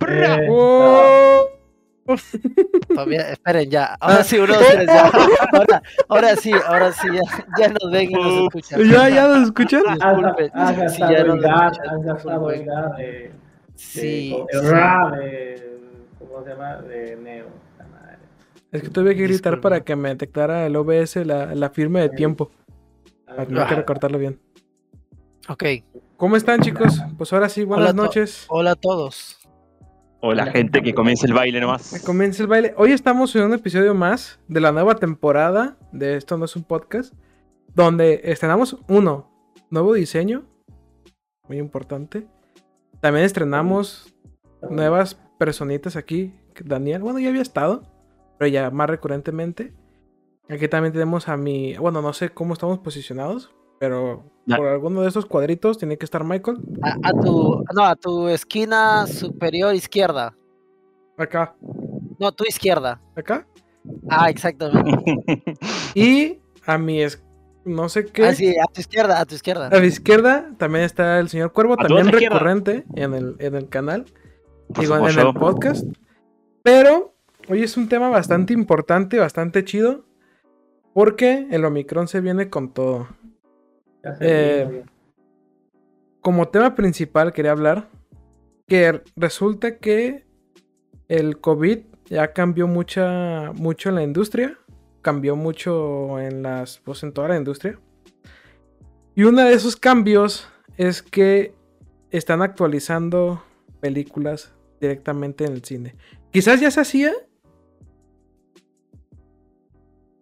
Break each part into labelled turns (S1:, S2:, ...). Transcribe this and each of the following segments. S1: ¡Zorra!
S2: Eh,
S3: ¡Oh!
S4: Familia- esperen ya.
S3: Ah.
S4: Ahora sí, uno, dos, tres, ya. Ahora, ahora sí, ahora sí, ya, ya nos ven y nos escuchan.
S3: Oh. ¿Ya, ya nos escuchan?
S2: Has
S4: Disculpen,
S2: has
S4: si
S2: gastado
S4: ya no
S2: el
S4: lo
S2: gas,
S4: escuchan,
S2: has gastado el
S4: disculpen.
S2: gas de,
S4: Sí,
S2: de,
S4: sí.
S2: de Ra, de- ¿cómo se llama? De Neo. puta madre.
S3: Es que tuve que gritar
S4: Disculpe.
S3: para que me detectara el OBS la, la firma de tiempo. Ah, Tengo que recortarlo bien.
S4: Ok,
S3: ¿Cómo están, chicos? Pues ahora sí, buenas
S4: Hola a to-
S3: noches.
S4: hola a todos.
S1: O la gente que comienza el baile nomás.
S3: Comienza el baile. Hoy estamos en un episodio más de la nueva temporada de Esto no es un podcast, donde estrenamos uno, nuevo diseño, muy importante. También estrenamos
S2: Ah,
S3: nuevas personitas aquí. que Daniel, bueno, ya había estado, pero ya más recurrentemente. Aquí también tenemos a mi, bueno, no sé cómo estamos posicionados, pero
S1: Ya.
S3: por alguno de estos cuadritos tiene que estar Michael.
S4: A, a tu, no, a tu esquina superior izquierda.
S3: Acá,
S4: No, tu izquierda.
S3: acá.
S4: Ah, exactamente.
S3: Y a mi, es- no sé qué.
S4: Ah, sí, a tu izquierda, a tu izquierda.
S3: A la izquierda también está el señor Cuervo,
S1: A
S3: también
S1: toda la izquierda.
S3: recurrente en el, en el canal,
S1: Por
S3: digo, en el
S1: supuesto.
S3: podcast. Pero hoy es un tema bastante importante, bastante chido, porque el Omicron se viene con todo.
S2: Ya sé,
S3: Eh,
S2: bien,
S3: Como tema principal quería hablar que resulta que el COVID ya cambió mucha, mucho en la industria, cambió mucho en las, pues en toda la industria. Y uno de esos cambios es que están actualizando películas directamente en el cine. Quizás ya se hacía,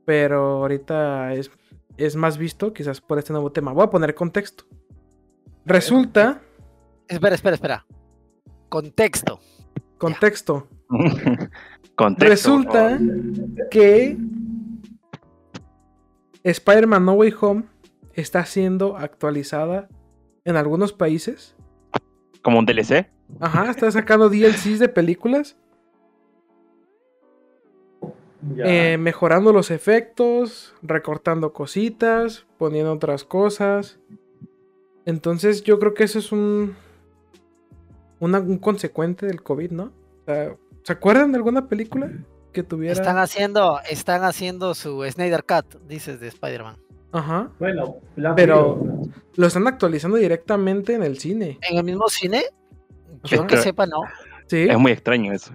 S3: pero ahorita es, es más visto, quizás por este nuevo tema. Voy a poner contexto. Resulta,
S4: Espera, espera, espera. Contexto.
S3: contexto.
S1: Contexto, por
S3: Resulta
S1: favor.
S3: que Spider-Man No Way Home está siendo actualizada en algunos países.
S1: Como un DLC.
S3: Ajá, está sacando DLCs de películas,
S2: ya.
S3: eh, mejorando los efectos, recortando cositas, poniendo otras cosas. Entonces yo creo que eso es un, una- un consecuente del COVID, ¿no? O sea, ¿Se acuerdan de alguna película que tuviera?
S4: Están haciendo, están haciendo su Snyder Cut, dices de Spider-Man.
S3: Ajá.
S2: bueno, Black
S3: pero-
S2: Widow,
S3: Lo están actualizando directamente en el cine.
S4: ¿En el mismo cine? Yo que
S1: Espera.
S4: sepa, no.
S3: Sí.
S1: Es muy extraño eso.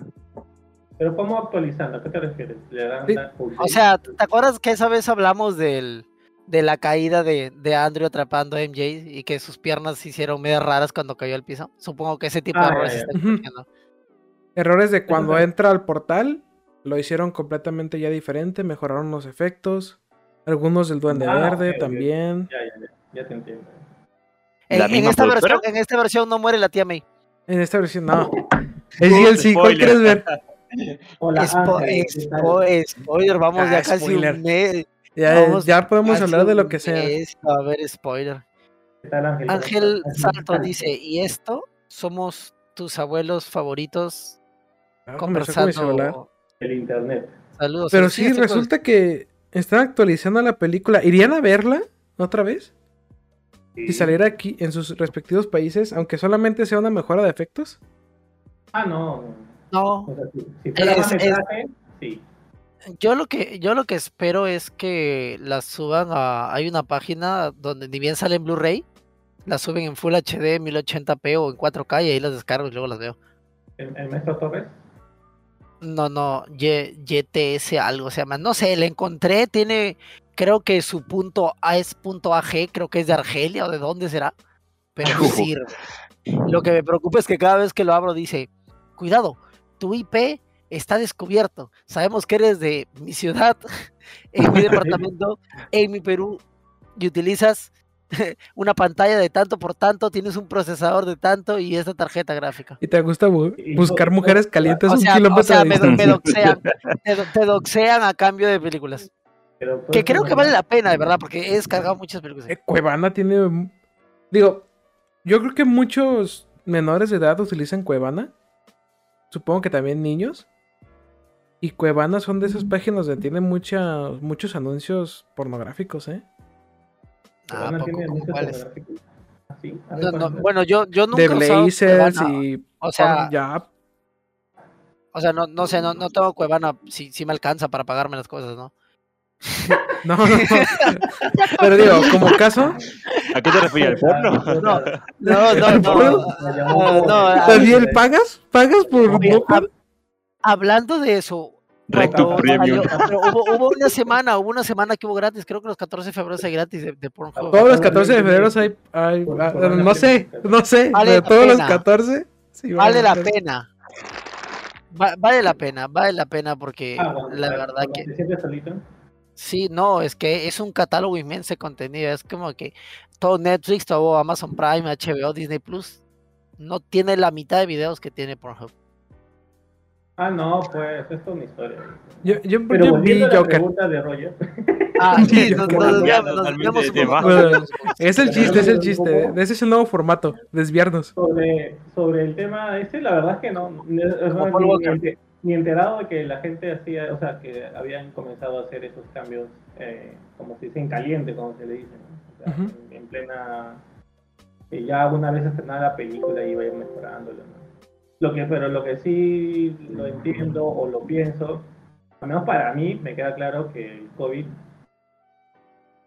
S2: Pero ¿cómo actualizando? ¿A qué te refieres? ¿Le dan
S3: Sí.
S2: la
S4: O sea, ¿te acuerdas que esa vez hablamos del, de la caída de, de Andrew atrapando a MJ y que sus piernas se hicieron medio raras cuando cayó al piso? Supongo que ese tipo de
S2: Ah, ya,
S4: errores
S2: ya.
S4: están
S3: Ujú.
S4: cometiendo.
S3: Errores de cuando
S2: Ajá.
S3: entra al portal. Lo hicieron completamente ya diferente. Mejoraron los efectos. Algunos del Duende
S2: Ah,
S3: Verde
S2: ok, ok.
S3: también.
S2: ya, ya, ya, ya te entiendo.
S4: En,
S1: ¿La
S4: en
S1: misma
S4: esta versión,
S1: productora?
S4: en esta versión no muere la tía May.
S3: En esta versión, no. Es DLC, ¿cuál
S1: Spoiler.
S3: quieres ver?
S2: Hola,
S4: Spo-
S2: Ángel, ¿qué tal?
S4: spo- spoiler, vamos
S3: Ah,
S4: ya casi
S3: spoiler.
S4: un mes.
S3: Ya,
S4: Vamos,
S3: ya podemos
S4: casi
S3: hablar de lo
S4: un
S3: que sea. Ah,
S4: mes va a haber spoiler.
S2: ¿Qué tal, Ángel? ¿Cómo
S4: Ángel
S2: estás?
S4: Santos dice, y esto somos tus abuelos favoritos
S3: Ah, comenzó con mi celular.
S4: conversando.
S2: El internet.
S4: Saludos.
S3: Pero sí,
S4: estoy con-
S3: resulta que están actualizando la película. ¿Irían a verla otra vez?
S2: Sí.
S3: Si saliera aquí en sus respectivos países, aunque solamente sea una mejora de efectos.
S2: Ah, no. no.
S4: No,
S2: O sea, si, si fuera
S4: Es-
S2: más
S4: es-
S2: metraje, sí.
S4: Yo lo que, yo lo que espero es que las suban a. Hay una página donde ni bien sale en Blu-ray, las suben en Full HD, 1080p o en 4K y ahí las descargo y luego las veo.
S2: El, el maestro Torres.
S4: No, no, Y- YTS algo se llama. No sé, la encontré, tiene. Creo que su punto A es punto AG, creo que es de Argelia o de dónde será. Pero no
S1: Ujú.
S4: sirve. Lo que me preocupa es que cada vez que lo abro dice: Cuidado, tu IP está descubierto. Sabemos que eres de mi ciudad, en mi departamento, en mi Perú, y utilizas una pantalla de tanto por tanto, tienes un procesador de tanto y esta tarjeta gráfica.
S3: Y te gusta bu-
S2: Y- y-
S3: buscar mujeres calientes
S4: O
S3: un
S4: sea, o
S3: kilómetro
S4: sea,
S3: de
S4: me, do- me
S3: distancia.
S4: doxean, te, do- te doxean a cambio de películas.
S2: pero pues, todo
S4: Que
S2: eso
S4: creo
S2: no-
S4: que vale la pena, de verdad, porque he descargado muchas películas.
S3: Eh, Cuevana tiene. un- Digo, yo creo que muchos menores de edad utilizan Cuevana. Supongo que también niños. Y Cuevana son de esas páginas donde tienen mucha- muchos anuncios pornográficos, ¿eh?
S4: Ah,
S2: no
S4: poco,
S2: tiene
S4: ¿cómo
S2: mucho
S4: cuáles?
S2: fotográfico. ¿Ah, sí? A ver,
S4: No, no,
S2: ¿cuál es?
S4: bueno, yo, yo nunca
S3: De
S4: he usado
S3: Blazers
S4: Cuevana,
S3: y.
S4: O sea,
S3: Pornhub.
S4: O sea, no, no sé, no, no tengo Cuevana si, si me alcanza para pagarme las cosas, ¿no?
S3: No, no. Pero digo, como caso,
S1: ¿A qué te refieres? ¿Al porno?
S4: No, no, no, no. no, no,
S3: Daniel, ¿pagas? ¿Pagas por
S4: Oye,
S3: Boca?
S4: hab- hablando de eso,
S1: Recto
S4: cuando
S1: premium.
S4: salió- pero hubo, hubo una semana, hubo una semana que hubo gratis, creo que los 14 de febrero hay gratis de, de Pornhub.
S3: Todos los 14 de febrero hay. hay-
S2: Por-
S3: ah,
S2: por una
S3: no sé,
S2: película.
S3: no sé.
S4: Vale
S3: pero
S4: la
S3: todos los
S4: pena.
S3: 14. sí,
S4: Vale la
S3: vale.
S4: pena. Va- vale la pena, vale la pena porque
S2: Ah, bueno,
S4: la
S2: claro,
S4: verdad
S2: cuando
S4: que
S2: ¿Te sientes solito?
S4: sí, no, es que es un catálogo inmenso de contenido, es como que todo Netflix, todo Amazon Prime, HBO, Disney Plus no tiene la mitad de videos que tiene Pornhub.
S2: Ah, no, pues es toda una historia.
S3: Yo, yo,
S2: Pero
S3: yo vi
S2: volviendo a la
S3: Joker.
S2: pregunta de Roger.
S4: Ah, sí,
S3: Yo
S4: nos,
S3: creo
S4: nos
S3: que
S4: desviamos,
S1: ya
S4: nos
S1: totalmente
S4: desviamos
S1: de
S4: un poco,
S1: tema.
S4: nos desviamos un poco.
S3: Es el chiste, es el chiste.
S2: Como-
S3: Ese es el nuevo formato. Desviarnos.
S2: Sobre, sobre el tema este, la verdad es que no, no- no,
S4: Paul
S2: ni-
S4: Walker.
S2: ni, ente- ni enterado de que la gente hacía, o sea, que habían comenzado a hacer esos cambios, eh, como se dice, en caliente, como se le dice, ¿no? O sea,
S3: Ujú.
S2: en, en plena... que ya una vez estrenada la película iba a ir mejorándolo, ¿no? Lo que, pero lo que sí lo entiendo o lo pienso, al menos para mí me queda claro que el COVID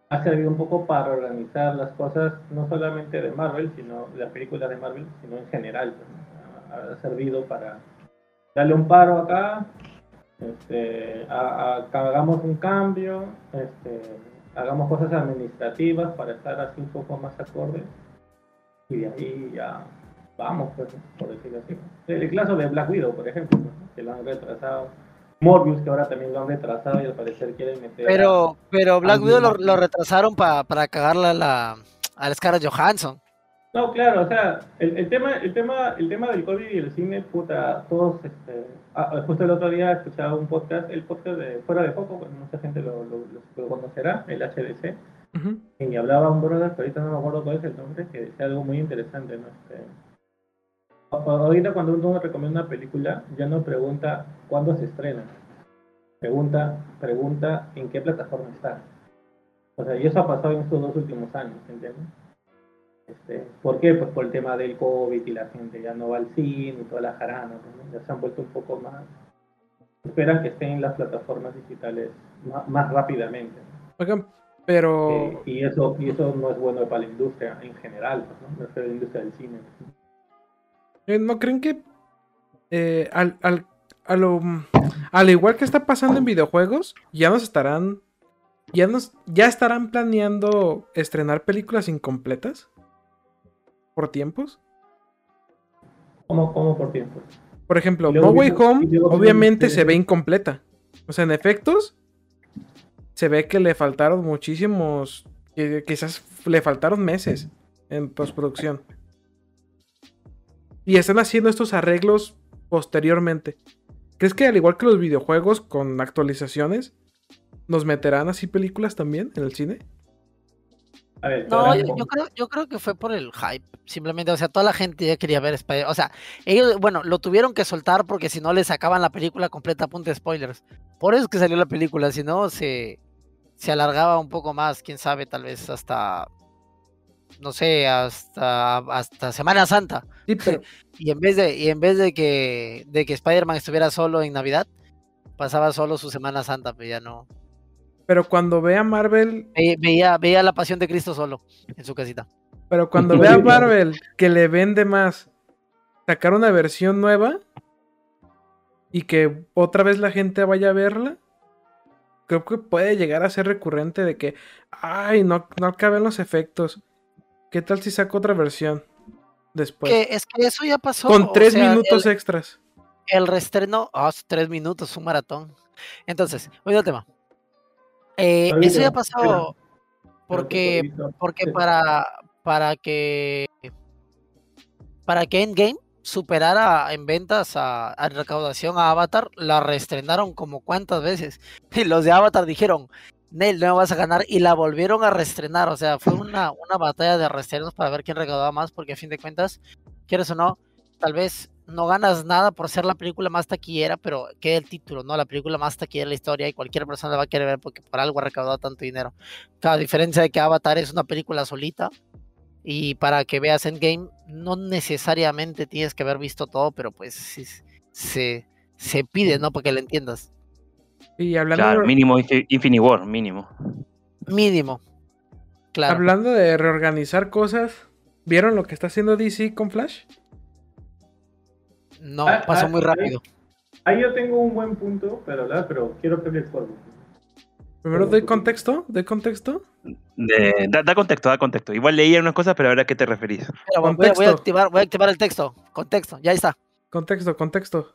S2: ha servido un poco para organizar las cosas, no solamente de Marvel, sino de las películas de Marvel, sino en general. ¿no? Ha, ha servido para darle un paro acá, este, a- a- hagamos un cambio, este, hagamos cosas administrativas para estar así un poco más acorde. Y de ahí ya vamos, pues, por decirlo así. El caso de Black Widow, por ejemplo, pues, ¿no? que lo han retrasado. Morbius, que ahora también lo han retrasado y al parecer quieren meter... a-
S4: Pero, pero Black
S2: Andy
S4: Widow lo,
S2: Martin.
S4: lo retrasaron pa- para cagarla a la, a la Scarlett Johansson.
S2: No, claro, o sea, el, el tema, el, tema, el tema del COVID y el cine, puta, todos, este, ah, justo el otro día escuchaba un podcast, el podcast de Fuera de Foco, bueno, mucha gente lo, lo, lo- lo conocerá, el HDC,
S3: Ujú.
S2: y hablaba un brother, que ahorita no me acuerdo cuál es el nombre, que decía algo muy interesante, ¿no? Este, a- ahorita cuando uno recomienda una película, ya no pregunta cuándo se estrena, pregunta, pregunta en qué plataforma está. O sea, y eso ha pasado en estos dos últimos años, ¿entiendes? Este, ¿Por qué? Pues por el tema del COVID y la gente ya no va al cine y toda la jarana, pues, ¿no? ya se han vuelto un poco más... Esperan que estén en las plataformas digitales más, más rápidamente. ¿no?
S3: Oigan, pero.
S2: Eh, y, eso, y eso no es bueno para la industria en general, pues, ¿no? No es para la industria del cine.
S3: Eh, ¿No creen que eh, al, al, a lo, al igual que está pasando en videojuegos, ya nos estarán. Ya, nos, ya estarán planeando estrenar películas incompletas? ¿Por tiempos?
S2: Como, como por tiempo.
S3: Por ejemplo,
S2: Y luego
S3: No Way
S2: viene-
S3: Home
S2: y luego viene
S3: obviamente
S2: el-
S3: se ve incompleta. O sea, en efectos, se ve que le faltaron muchísimos. que- quizás le faltaron meses en postproducción. Y están haciendo estos arreglos posteriormente. ¿Crees que al igual que los videojuegos con actualizaciones, nos meterán así películas también en el cine?
S2: A ver,
S4: No,
S2: ahora
S4: yo,
S2: con-
S4: yo creo, yo creo que fue por el hype. Simplemente, o sea, toda la gente ya quería ver Spider. O sea, ellos, bueno, lo tuvieron que soltar porque si no le sacaban la película completa a punta de spoilers. Por eso es que salió la película, si no se, se alargaba un poco más, quién sabe, tal vez hasta, no sé, hasta, hasta Semana Santa.
S3: Sí, pero
S4: Y en vez de, y en vez de que, de que Spider-Man estuviera solo en Navidad, pasaba solo su Semana Santa, pero ya no.
S3: Pero cuando vea Marvel,
S4: Ve- Veía, veía la pasión de Cristo solo en su casita.
S3: pero cuando vea Marvel que le vende más, sacar una versión nueva y que otra vez la gente vaya a verla, creo que puede llegar a ser recurrente de que, ay, no, no caben los efectos. ¿Qué tal si saco otra versión después?
S4: que, es que eso ya pasó.
S3: pues Con
S4: o
S3: tres
S4: sea,
S3: minutos
S4: El,
S3: extras.
S4: el restreno, ah, es tres minutos, un maratón. Entonces, voy al tema. Eh,
S2: Ahorita,
S4: eso ya
S2: espera.
S4: pasó porque
S2: creo que por eso-
S4: porque
S2: Sí.
S4: para, para que para que Endgame superara en ventas a, a recaudación a Avatar, la reestrenaron como cuántas veces. Y los de Avatar dijeron, Nel, no vas a ganar. Y la volvieron a reestrenar. O sea, fue una, una batalla de reestrenos para ver quién recaudaba más, porque a fin de cuentas, quieres o no, tal vez no ganas nada por ser la película más taquillera, pero queda el título, ¿no? La película más taquillera de la historia y cualquier persona la va a querer ver porque por algo ha recaudado tanto dinero. Claro, a diferencia de que Avatar es una película solita y para que veas Endgame no necesariamente tienes que haber visto todo, pero pues sí, se, se pide, ¿no? Para que la entiendas.
S3: Y hablando,
S1: Claro,
S3: de,
S1: mínimo Infi- Infinity War, mínimo.
S4: Mínimo. Claro.
S3: hablando de reorganizar cosas, ¿vieron lo que está haciendo DC con Flash?
S4: No,
S2: Ah,
S4: pasó
S2: ah,
S4: muy
S2: sí.
S4: rápido.
S2: Ahí yo tengo un buen punto, pero hablar, pero quiero que le informe.
S3: Primero
S1: Oh.
S3: doy contexto, doy contexto.
S1: De- da, da contexto, da contexto. Igual leía unas cosas, pero a ver a qué te referís.
S4: Espera, voy- voy, a- voy a
S3: contexto.
S4: activar, voy a activar el texto. Contexto, ya está.
S3: Contexto, contexto.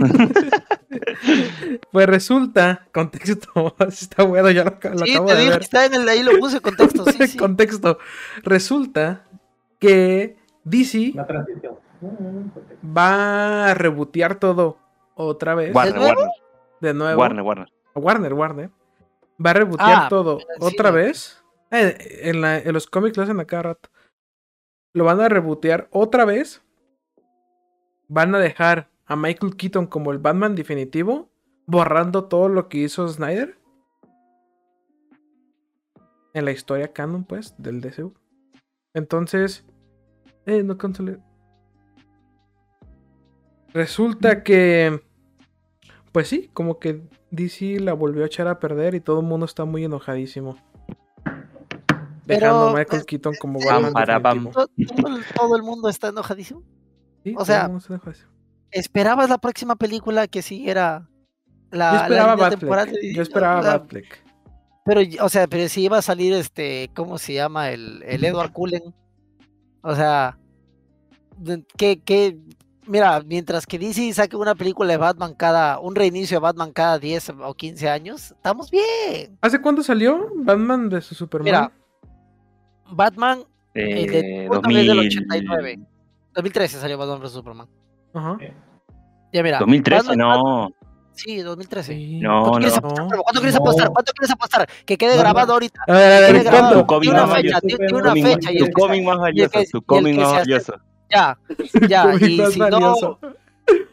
S3: pues resulta, contexto, así está bueno, ya lo, ac- lo
S4: Sí,
S3: acabo
S4: te
S3: de
S4: digo
S3: ver.
S4: que está en el, ahí lo puse contexto. sí, sí.
S3: contexto. Resulta que DC
S2: Una transición. No, no, no, contexto.
S3: va a rebotear todo otra vez.
S1: Warner,
S4: nuevo?
S1: Warner,
S3: De nuevo.
S1: Warner, Warner.
S3: Warner, Warner. Va a rebotear
S4: Ah,
S3: todo
S4: en el
S3: otra
S4: cine.
S3: vez. Eh, en, la- en los cómics lo hacen a cada rato. Lo van a rebotear otra vez. Van a dejar a Michael Keaton como el Batman definitivo. Borrando todo lo que hizo Snyder. En la historia canon, pues, del DCU. Entonces. Eh, no cancelé. Resulta que. Pues sí, como que DC la volvió a echar a perder y todo el mundo está muy enojadísimo. Dejando a
S4: Pero,
S3: Michael
S4: eh,
S3: Keaton como
S4: eh,
S3: Batman.
S1: para,
S3: definitivo.
S4: Todo, todo el- todo el mundo está enojadísimo.
S3: Sí,
S4: o
S3: todo el
S4: sea,
S3: mundo está enojadísimo.
S4: ¿Esperabas la próxima película que siguiera la,
S3: yo
S4: la
S3: esperaba
S4: línea temporal
S3: Batfleck.
S4: de-
S3: Yo esperaba
S4: la-
S3: Batfleck.
S4: Pero, y- o sea, pero si iba a salir este, ¿cómo se llama? El, el Edward Cullen. O sea, de- que, que, mira, mientras que DC saque una película de Batman cada, un reinicio de Batman cada 10 o 15 años, estamos bien.
S3: ¿Hace cuándo salió Batman de su Superman?
S4: Mira, Batman
S1: Eh,
S4: El de Thor también es
S1: 2000,
S4: del 89. 2013 salió Batman vs Superman.
S3: Ajá.
S4: Ya mira.
S1: 2013,
S4: Batman-
S1: no.
S4: Sí, 2013.
S3: Sí.
S1: No,
S4: ¿Cuánto, quieres
S1: no.
S4: apostar, bro? ¿Cuánto quieres
S2: No.
S4: apostar? ¿Cuánto quieres apostar? Que quede
S2: No,
S4: grabado ahorita.
S3: A ver, a
S4: Que
S3: ver,
S4: quede grabado.
S3: ¿cuánto?
S1: Tu cómic
S4: Di una
S1: más
S4: fecha,
S2: valioso,
S4: di- di
S2: pero
S4: una
S2: cómic
S1: Cómic-
S2: más-
S4: fecha. y
S1: tu
S4: el-
S1: cómic más
S4: y el que- y
S1: valioso,
S4: el
S1: tu cómic
S4: que
S1: más
S4: se hace-
S1: valioso.
S4: Ya, ya.
S3: Cómic
S4: Y
S3: más
S4: si no,
S3: valioso.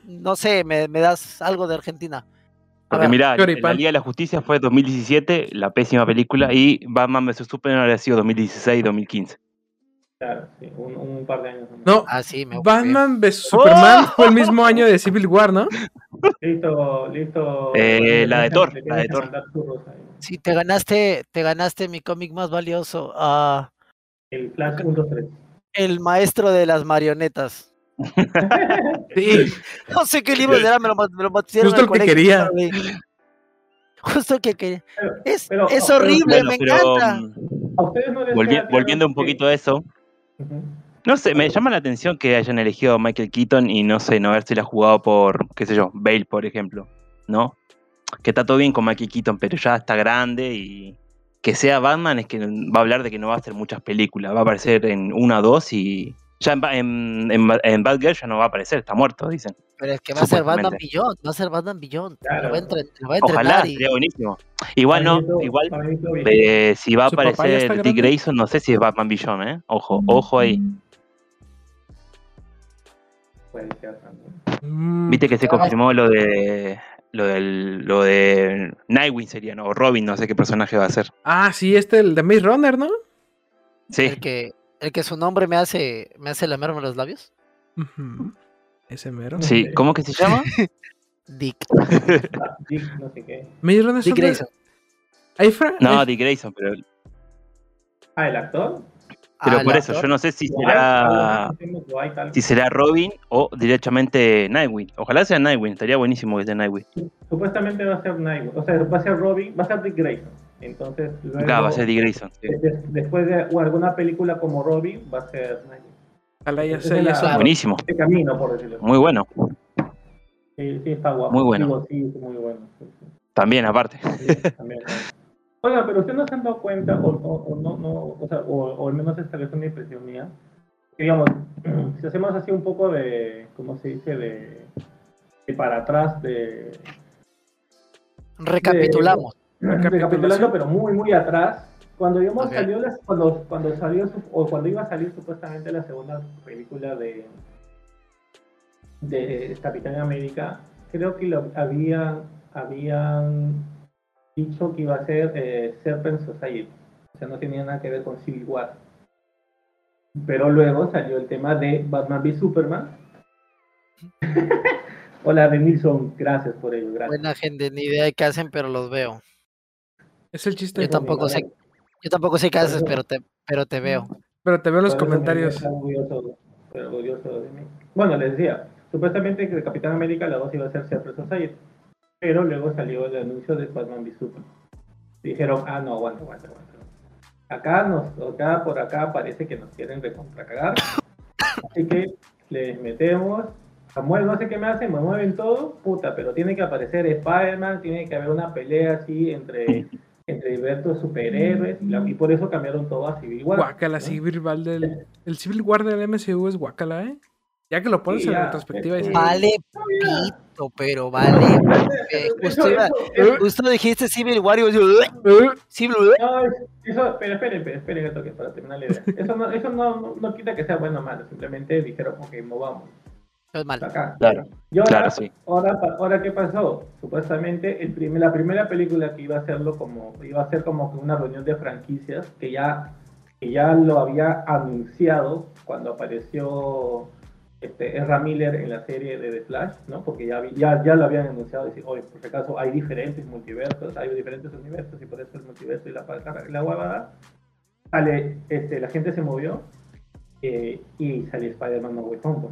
S4: no sé, me, me das algo de Argentina. A
S1: Porque
S4: ver,
S1: mirá, la
S3: Choripán.
S1: Liga de la Justicia fue 2017, la pésima película, y Batman vs Superman habría sido 2016, 2015.
S2: Claro, sí, un, un par de años.
S3: No,
S1: Ah,
S4: Así Ah, me
S3: Batman vs Superman fue el mismo año de Civil War, ¿no?
S2: Listo, listo.
S1: Eh, la de Thor,
S2: Le
S1: la de
S2: tienes que
S1: Thor.
S2: mandar churros ahí.
S4: Si te ganaste, te ganaste mi cómic más valioso. ah,
S2: El Flash 1.3.
S4: el maestro de las marionetas.
S3: Sí.
S4: No sé qué libro era, me lo, ma- me lo pusieron
S3: Justo
S4: en
S3: el que
S4: colegio,
S3: quería.
S4: güey. Justo el que quería.
S2: Pero-
S4: Es,
S2: pero-
S4: es
S2: pero-
S4: horrible,
S1: Bueno,
S4: me
S1: pero,
S4: encanta.
S1: mm,
S2: A ustedes no les
S1: volvi-
S2: queda claro
S1: volviendo un
S2: que-
S1: poquito a eso,
S2: Ujú.
S1: no sé, me llama la atención que hayan elegido a Michael Keaton y no sé, no haberse la jugado por, qué sé yo, Bale, por ejemplo, ¿no? Que está todo bien con Michael Keaton, pero ya está grande y que sea Batman es que va a hablar de que no va a hacer muchas películas, va a aparecer en una o dos y ya en, Ba- en, en, Ba- en Batgirl ya no va a aparecer, está muerto, dicen.
S4: Pero es que va a ser Batman
S1: Supuestamente.
S4: Beyond, va a ser Batman Beyond. Lo
S2: Claro.
S4: va a, entren- lo va a entrenar
S1: Ojalá,
S4: y-
S1: sería buenísimo. Igual no,
S2: Manito-
S1: igual
S2: manito bien.
S1: eh, si va a
S3: Su papá ya está
S1: aparecer Dick
S3: grande.
S1: Grayson, no sé si es Batman Beyond, ¿eh? Ojo,
S4: Mm,
S1: ojo ahí.
S2: Puede ser también.
S3: Mm,
S1: Viste que se
S4: Ah, va-
S1: confirmó lo de lo del lo de Nightwing sería, ¿no? O Robin, no sé qué personaje va a ser.
S3: Ah, sí, este, el de Maze Runner, ¿no?
S1: Sí,
S4: el, que, el que su nombre me hace, me hace lamerme los labios.
S3: Ujú. Ese mero.
S1: sí. ¿Cómo que se llama?
S4: Dick.
S2: Ah, Dick, no sé qué.
S3: Maze Runner es
S4: Dick
S3: un de-
S4: Grayson.
S3: Hay fra-
S1: No,
S3: hay-
S1: Dick Grayson, pero,
S2: Ah, el actor.
S1: pero
S4: Ah,
S1: por
S4: el
S1: eso
S4: actor.
S1: yo no sé si
S2: Dwight,
S1: será
S2: algo así, tengo Dwight, algo.
S1: si será Robin o directamente Nightwing. Ojalá sea Nightwing, estaría buenísimo que sea Nightwing.
S2: Supuestamente va a ser Nightwing. O sea, va a ser Robin, va a ser Dick Grayson. Entonces, luego,
S1: Claro, va a ser Dick Grayson. sí.
S2: de- de- después de alguna película como Robin, va a ser Nightwing.
S3: Ojalá ya
S2: Ese
S3: sea,
S2: es
S3: ya
S2: la-
S3: sea.
S1: Buenísimo,
S2: Este camino, por decirlo así.
S1: muy bueno.
S2: Sí, sí, está guapo.
S1: Muy bueno.
S2: Digo, sí, sí, muy bueno. Sí, sí.
S1: También aparte.
S2: También. Oiga, pero ustedes no se han dado cuenta, o, o- o no, no, o, sea, o- o al menos esta que es una impresión mía, que digamos, si hacemos así un poco de, ¿cómo se dice?, de, de para atrás, de,
S4: Recapitulamos.
S2: recapitulando, pero muy, muy atrás, cuando, digamos,
S4: Ok.
S2: salió las- cuando, cuando salió, su- o cuando iba a salir supuestamente la segunda película de, de Capitán América, creo que lo habían, habían dicho que iba a ser eh, Serpent Society. O sea, no tenía nada que ver con Civil War. Pero luego salió el tema de Batman v Superman. Hola, Benilson, gracias por ello. Gracias.
S4: Buena gente, ni idea de qué hacen, pero los veo.
S3: Es el chiste.
S4: Yo tampoco sé, yo tampoco sé qué haces, pero te, pero te veo.
S3: Pero te veo en los
S2: Por eso me
S3: comentarios.
S2: está orgulloso- orgulloso de mí. Bueno, les decía, supuestamente que de Capitán América la 2 iba a ser Secret Society, pero luego salió el anuncio de Batman v Superman. Dijeron, ah, no, aguanta, aguanta, aguanta. Acá, nos, acá por acá parece que nos quieren recontracagar, así que les metemos. Samuel, no sé qué me hacen, me mueven todo, puta, pero tiene que aparecer Spider-Man, tiene que haber una pelea así entre, entre diversos superhéroes, y, la- y por eso cambiaron todo a Civil War.
S3: Guacala,
S2: ¿no?
S3: Civil War del. El Civil War del MCU es guacala, ¿eh? Ya que lo pones
S2: Sí,
S3: en
S2: ya,
S3: retrospectiva,
S2: este-
S3: dices,
S4: Vale, pito, pero vale. eh, justo, iba-
S2: eso-
S4: justo dijiste Civil War y yo, "Ueh,
S3: "Eh,
S4: Civil War".
S2: No, eso, espera, esperen, esperen, esperen el toque para terminar la idea. Eso no, eso no, no, no quita que sea bueno o malo, simplemente dijeron, ok, movamos.
S4: No es malo.
S2: Acá.
S1: Claro,
S2: Y ahora,
S1: claro, sí.
S2: ahora, pa- ahora, ¿qué pasó? Supuestamente el primer- la primera película que iba a hacerlo como, iba a ser como que una reunión de franquicias que ya, que ya lo había anunciado cuando apareció este, Ezra Miller en la serie de The Flash, ¿no? Porque ya, vi- ya, ya lo habían anunciado, decir, oye, por si acaso hay diferentes multiversos, hay diferentes universos y por eso el multiverso y la, pa- la, la huevada. Sale, este, la gente se movió eh, y sale Spider-Man No Way Home, ¿no?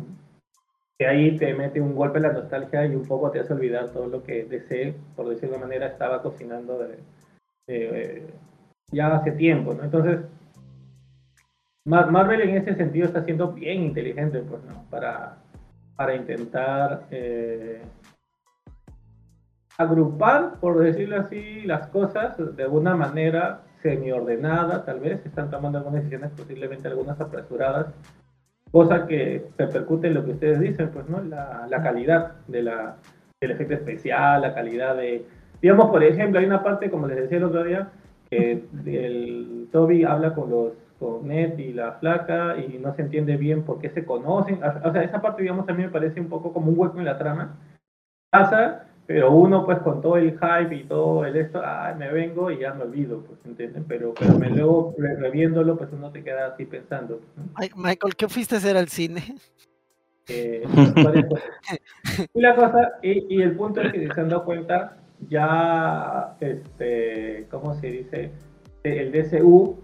S2: que ahí te mete un golpe la nostalgia y un poco te hace olvidar todo lo que DC, por decirlo de una manera, estaba cocinando de- de- eh, ya hace tiempo, ¿no? Entonces, Mar- Marvel en ese sentido está siendo bien inteligente, pues, ¿no? Para, para intentar eh, agrupar, por decirlo así, las cosas de una manera semiordenada, tal vez, están tomando algunas decisiones, posiblemente algunas apresuradas, cosa que repercute en lo que ustedes dicen, pues, ¿no? La, la calidad de la, del efecto especial, la calidad de... Digamos, por ejemplo, hay una parte, como les decía el otro día, que el Toby habla con los con Ned y la flaca y no se entiende bien por qué se conocen. O sea, esa parte, digamos, a mí me parece un poco como un hueco en la trama. Pasa, pero uno, pues, con todo el hype y todo el esto, ay, me vengo y ya me olvido, pues, ¿entienden? Pero, pero me, luego, re- reviéndolo, pues, uno te queda así pensando. ¿no?
S4: Ay, Michael, ¿qué fuiste a hacer al cine?
S2: Eh, varias cosas. y la cosa, y, y el punto es que se han dado cuenta, ya, este, ¿cómo se dice? Eh, El DCU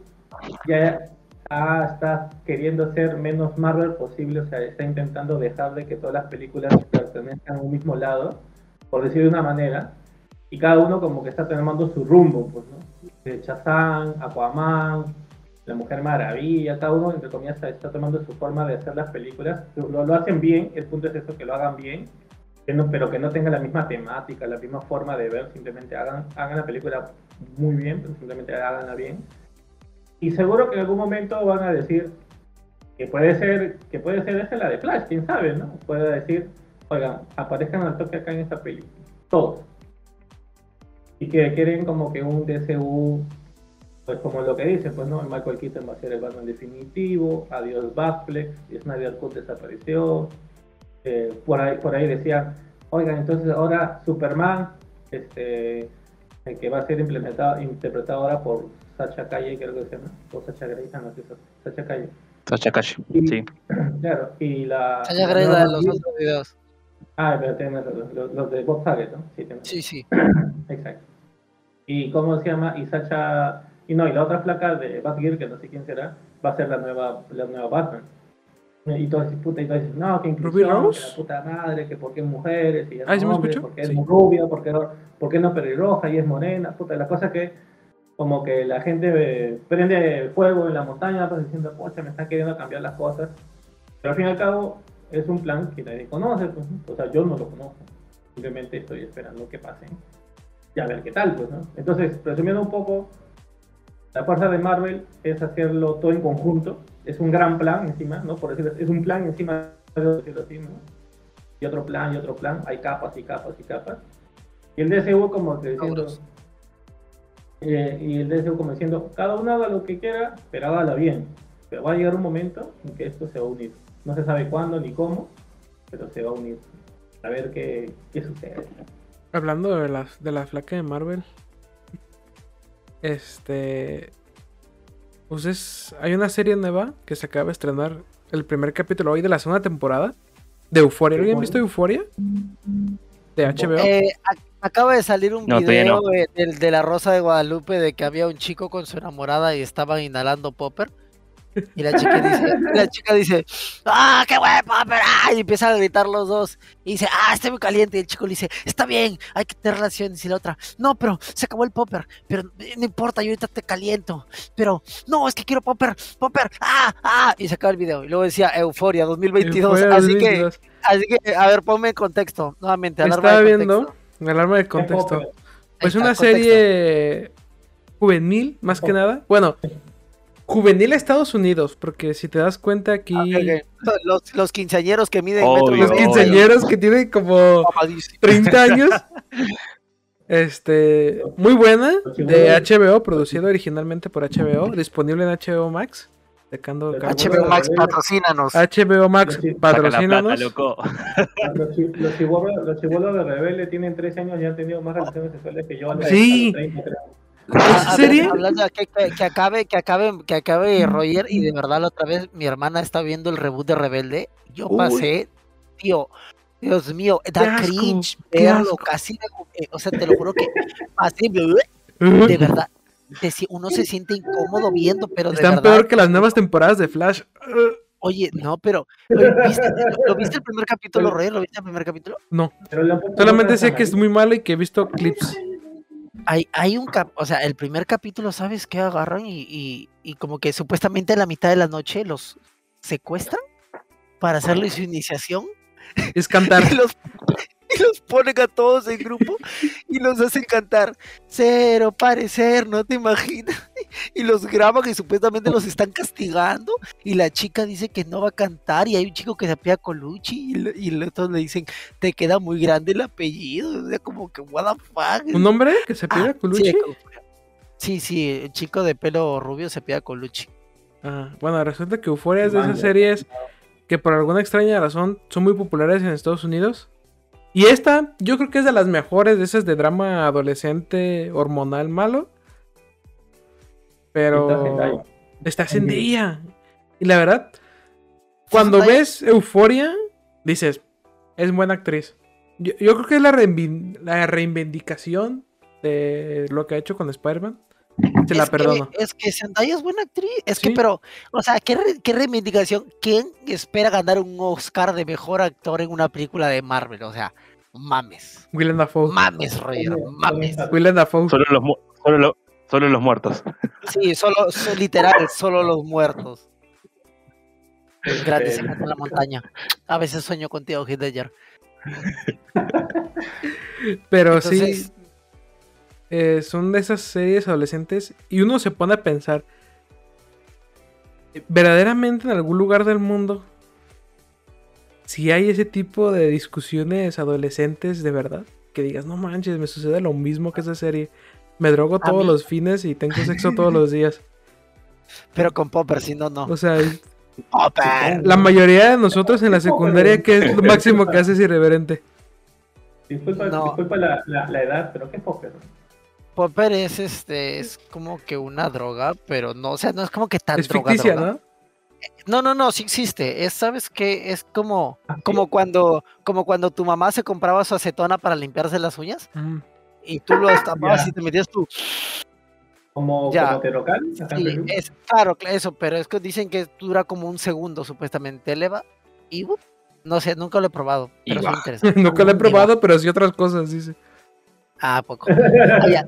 S2: ya ah, está queriendo ser menos Marvel posible, o sea, está intentando dejar de que todas las películas pertenezcan a un mismo lado, por decir de una manera, y cada uno como que está tomando su rumbo, pues, ¿no? Eh, Shazam, Aquaman, la Mujer Maravilla, cada uno, entre comillas, está- está tomando su forma de hacer las películas. Lo, lo- lo hacen bien, el punto es eso, que lo hagan bien, que no- pero que no tengan la misma temática, la misma forma de ver, simplemente hagan, hagan la película muy bien, pero simplemente háganla bien. Y seguro que en algún momento van a decir que puede ser, que puede ser esa la de Flash, quién sabe, ¿no? Puede decir, oigan, aparezcan al toque acá en esta película, todos. Y que quieren como que un DCU pues como lo que dicen, pues no, Michael Keaton va a ser el Batman definitivo, adiós Batfleck, Snyder Cut desapareció, eh, por ahí por ahí decían, oigan, entonces ahora Superman, este, el que va a ser implementado, interpretado ahora por Sacha Calle, creo que se llama, o Sacha Grey, ah, no, que es Sacha Calle,
S1: Sasha Cash,
S2: Y-
S1: sí.
S2: claro, y la...
S4: Ay, agrega
S2: la-
S4: los otros videos.
S2: Ah, pero tienes los, los- los de Bob Saget, ¿no? Sí, tienes.
S4: Sí, sí.
S2: Exacto. ¿Y cómo se llama? Y Sacha. Y no, y la otra flaca de Batgirl, que no sé quién será, va a ser la nueva, la nueva Batman. Y todo dices, puta, y todo dices, no, que inclusión,
S3: ¿Ruby Rose?
S2: que la puta madre, que por qué mujeres, y ya
S3: Ah, ¿sí me
S2: no hombres,
S3: escucho?
S2: porque es
S3: Sí.
S2: rubia, porque, porque no pelirroja y es morena, puta, la cosa que como que la gente eh, prende fuego en la montaña, pues diciendo, pucha, me están queriendo cambiar las cosas. Pero al fin y al cabo, es un plan que nadie conoce, pues, ¿no? o sea, yo no lo conozco. Simplemente estoy esperando que pasen y a ver qué tal, pues, ¿no? Entonces, resumiendo un poco, la fuerza de Marvel es hacerlo todo en conjunto, es un gran plan encima, ¿no? Por decirlo, es un plan encima de otro, decirlo así, ¿no? Y otro plan, y otro plan, hay capas y capas y capas. Y el DCU como que diciendo,
S4: Cabros.
S2: eh, y el DCU como diciendo, cada uno haga lo que quiera, pero hágala bien. Pero va a llegar un momento en que esto se va a unir. No se sabe cuándo ni cómo, pero se va a unir. A ver qué, qué sucede.
S3: Hablando de la, de la flaca de Marvel. Este. Pues es- Hay una serie nueva que se acaba de estrenar el primer capítulo hoy de la segunda temporada. De Euforia. ¿Alguien ha visto Euforia? de HBO.
S4: Eh, a- acaba de salir un
S1: No, todavía
S4: video
S1: no.
S4: de, del- de la Rosa de Guadalupe de que había un chico con su enamorada y estaban inhalando popper. Y la chica dice, la chica dice, ¡ah, qué buen popper! ¡Ah! Y empiezan a gritar los dos. Y dice, ¡ah, estoy muy caliente! Y el chico le dice, está bien, hay que tener relaciones. Y la otra, no, pero se acabó el popper. Pero eh, no importa, yo ahorita te caliento. Pero, no, es que quiero popper, popper, ¡ah, ah! Y se acaba el video. Y luego decía, Euforia 2022.
S3: Fue el
S4: así que...
S3: 22.
S4: Así que, a ver, ponme en contexto, nuevamente. alarma
S3: Estaba
S4: de
S3: viendo
S4: contexto.
S3: Alarma de
S2: Contexto.
S3: Contexto. Pues
S4: Ahí está,
S3: una
S4: contexto.
S3: serie juvenil, más que
S2: Oh.
S3: nada. Bueno, juvenil a Estados Unidos, porque si te das cuenta aquí,
S4: Ah, ok, ok. Los, los quinceañeros que miden
S1: Obvio,
S4: metro
S3: los
S1: obvio.
S3: quinceañeros que tienen como 30 años. Este, muy buena, de HBO, producido originalmente por HBO, disponible en HBO Max. Sacando
S2: HBO
S3: carburador.
S4: HBO Max, patrocínanos.
S3: HBO Max,
S2: Saca la
S1: Saca la plata,
S3: patrocínanos.
S1: loco.
S2: Los chi- los chibolos los chibolos de Rebelde tienen 13 años y han tenido más relaciones sexuales que yo a los,
S3: Sí.
S2: a los 30, creo.
S3: ¿Esa
S4: Ah, A- a ver,
S3: serie? Mm.
S4: hablando de que, que- que acabe, que acabe, que acabe Roger, y de verdad la otra vez mi hermana está viendo el reboot de Rebelde. Yo
S3: Uy.
S4: pasé, tío, Dios mío,
S3: Qué
S4: da
S3: asco,
S4: cringe
S3: qué
S4: verlo,
S3: asco.
S4: casi me- eh, o sea, te lo juro que así, de verdad, te si- uno se siente incómodo viendo, pero de
S3: Están
S4: verdad.
S3: peor que las nuevas temporadas de Flash.
S4: Oye, no, pero ¿lo viste, lo- lo viste el primer capítulo,
S2: Pero-
S4: Roger? ¿Lo viste el primer capítulo?
S2: Pero le han puesto
S3: Solamente
S2: nombres
S3: sé que es
S2: amarillos.
S3: muy mala y que he visto clips.
S4: Hay, hay un cap, o sea, el primer capítulo, ¿sabes qué? Agarran y, y- y como que supuestamente a la mitad de la noche los secuestran para hacerle su iniciación
S3: Es cantar.
S4: y los, y los ponen a todos en grupo y los hacen cantar cero parecer, no te imaginas. Y los graban y supuestamente los están castigando. Y la chica dice que no va a cantar. Y hay un chico que se apea Colucci y, lo- y los otros le dicen, te queda muy grande el apellido. O sea, como que, what the fuck.
S3: ¿Un hombre que se pide
S4: Ah,
S3: a Colucci?
S4: Sí, como- sí, sí, el chico de pelo rubio se pide a Colucci.
S3: Ah, bueno, resulta que Euphoria es de
S2: Manga.
S3: esas series que por alguna extraña razón son muy populares en Estados Unidos. Y esta, yo creo que es de las mejores de esas de drama adolescente hormonal malo.
S2: Está Zendaya.
S3: Pero está en día. Y la verdad, cuando
S4: Zendaya.
S3: ves Euforia, dices, es buena actriz. Yo, yo creo que es la, reinvin- la reivindicación de lo que ha hecho con Spider-Man. Te la
S4: es
S3: perdono.
S4: Que, es que Zendaya es buena actriz. Es que,
S3: Sí.
S4: pero, o sea, ¿qué, re- qué reivindicación? ¿Quién espera ganar un Oscar de mejor actor en una película de Marvel? O sea, mames.
S3: Willem Dafoe.
S4: Mames, Roger,
S2: Oye,
S4: mames.
S2: oye,
S3: Willem Dafoe.
S1: Solo los, mu- solo lo- solo los muertos.
S4: Sí, solo, so- literal, solo los muertos. Grande, se
S2: Este,
S4: en la montaña. A veces sueño contigo, Hitler.
S3: Pero
S4: Entonces-
S3: sí, eh, son de esas series adolescentes y uno se pone a pensar, verdaderamente en algún lugar del mundo, si hay ese tipo de discusiones adolescentes de verdad, que digas, no manches, me sucede lo mismo que esa serie, me drogo todos
S4: mí-
S3: los fines y tengo sexo todos los días.
S4: Pero con Popper, si no, no.
S3: O sea,
S4: ¡Popper!
S3: la mayoría de nosotros en la secundaria, que es lo máximo que haces irreverente.
S2: Disculpa,
S4: No.
S2: disculpa la, la, la edad, pero ¿qué es póker?
S4: Popper es este, es como que una droga, pero no, o sea, no es como que tan
S3: Es
S4: droga,
S3: ficticia,
S4: droga.
S3: ¿no?
S4: No, no, no, sí existe. Es, ¿sabes qué? Es como, como cuando, como cuando tu mamá se compraba su acetona para limpiarse las uñas
S3: Ujú.
S4: y tú lo destapabas
S2: Ya.
S4: y te metías tu.
S2: Como,
S4: Ya.
S2: como te local, acá en
S4: Sí, eh,
S2: Perú.
S4: es, claro, cla- eso, pero es que dicen que dura como un segundo, supuestamente. Eleva y ¡up! no sé, nunca lo he probado,
S1: Y
S4: pero es
S1: baja.
S4: interesante.
S3: Nunca lo he
S4: Y baja.
S3: probado, pero sí otras cosas, dice.
S4: Ah, ¿a poco. Oye, ah,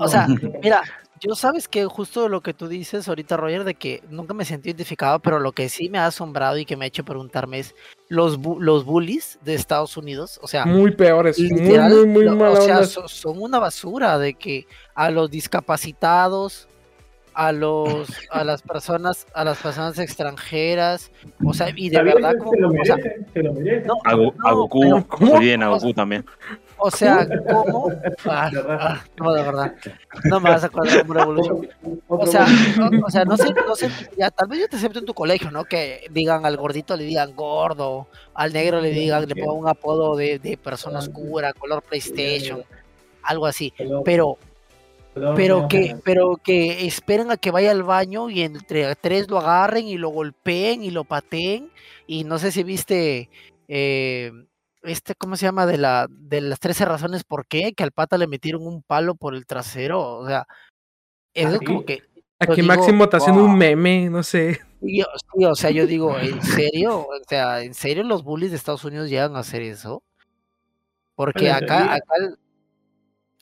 S4: o sea, mira, yo sabes que justo lo que tú dices ahorita, Roger, de que nunca me sentí identificado, pero lo que sí me ha asombrado y que me ha hecho preguntarme es los, bu- los bullies de Estados Unidos, o sea,
S3: Muy peores,
S4: pues, literal,
S3: muy, muy, muy
S4: lo-
S3: mala
S4: o sea,
S3: onda.
S4: so- son una basura de que a los discapacitados, a los, a las personas, a las personas extranjeras, o sea, y de
S2: Está bien,
S4: verdad
S2: se
S4: como,
S2: lo
S4: o sea,
S2: merecen, se lo merecen.
S4: no,
S1: A, Gu- a
S4: no,
S1: Goku.
S4: pero-
S3: ¿cómo?
S1: Olviden a Goku también.
S4: o sea, ¿cómo? Ah,
S2: De verdad.
S4: ah, no, de verdad. No me vas a acordar de una evolución.
S2: Otro-
S4: ah, O
S2: otro
S4: sea,
S2: golpe.
S4: no, o sea, no sé, no sé, ya, tal vez yo te acepto en tu colegio, ¿no? Que digan al gordito le digan gordo, al negro le
S2: Sí,
S4: digan, le
S2: sí.
S4: pongan un apodo de, de persona oscura, color PlayStation, algo así.
S2: Color-
S4: Pero,
S2: color
S4: pero
S2: menos
S4: que,
S2: naranja.
S4: pero que esperen a que vaya al baño y entre tres lo agarren y lo golpeen y lo pateen. Y no sé si viste eh, este, ¿cómo se llama? De, la, de las 13 razones por qué, que al pata le metieron un palo por el trasero, o sea, eso
S2: ¿sí?
S4: como que... yo
S3: Aquí
S4: digo,
S3: Máximo está haciendo
S4: "Wow".
S3: un meme, no sé.
S4: Y yo- sí, o sea, yo digo, ¿en serio? O sea, ¿en serio los bullies de Estados Unidos llegan a hacer eso? Porque
S2: Bueno, en
S4: acá,
S2: teoría.
S4: acá, el,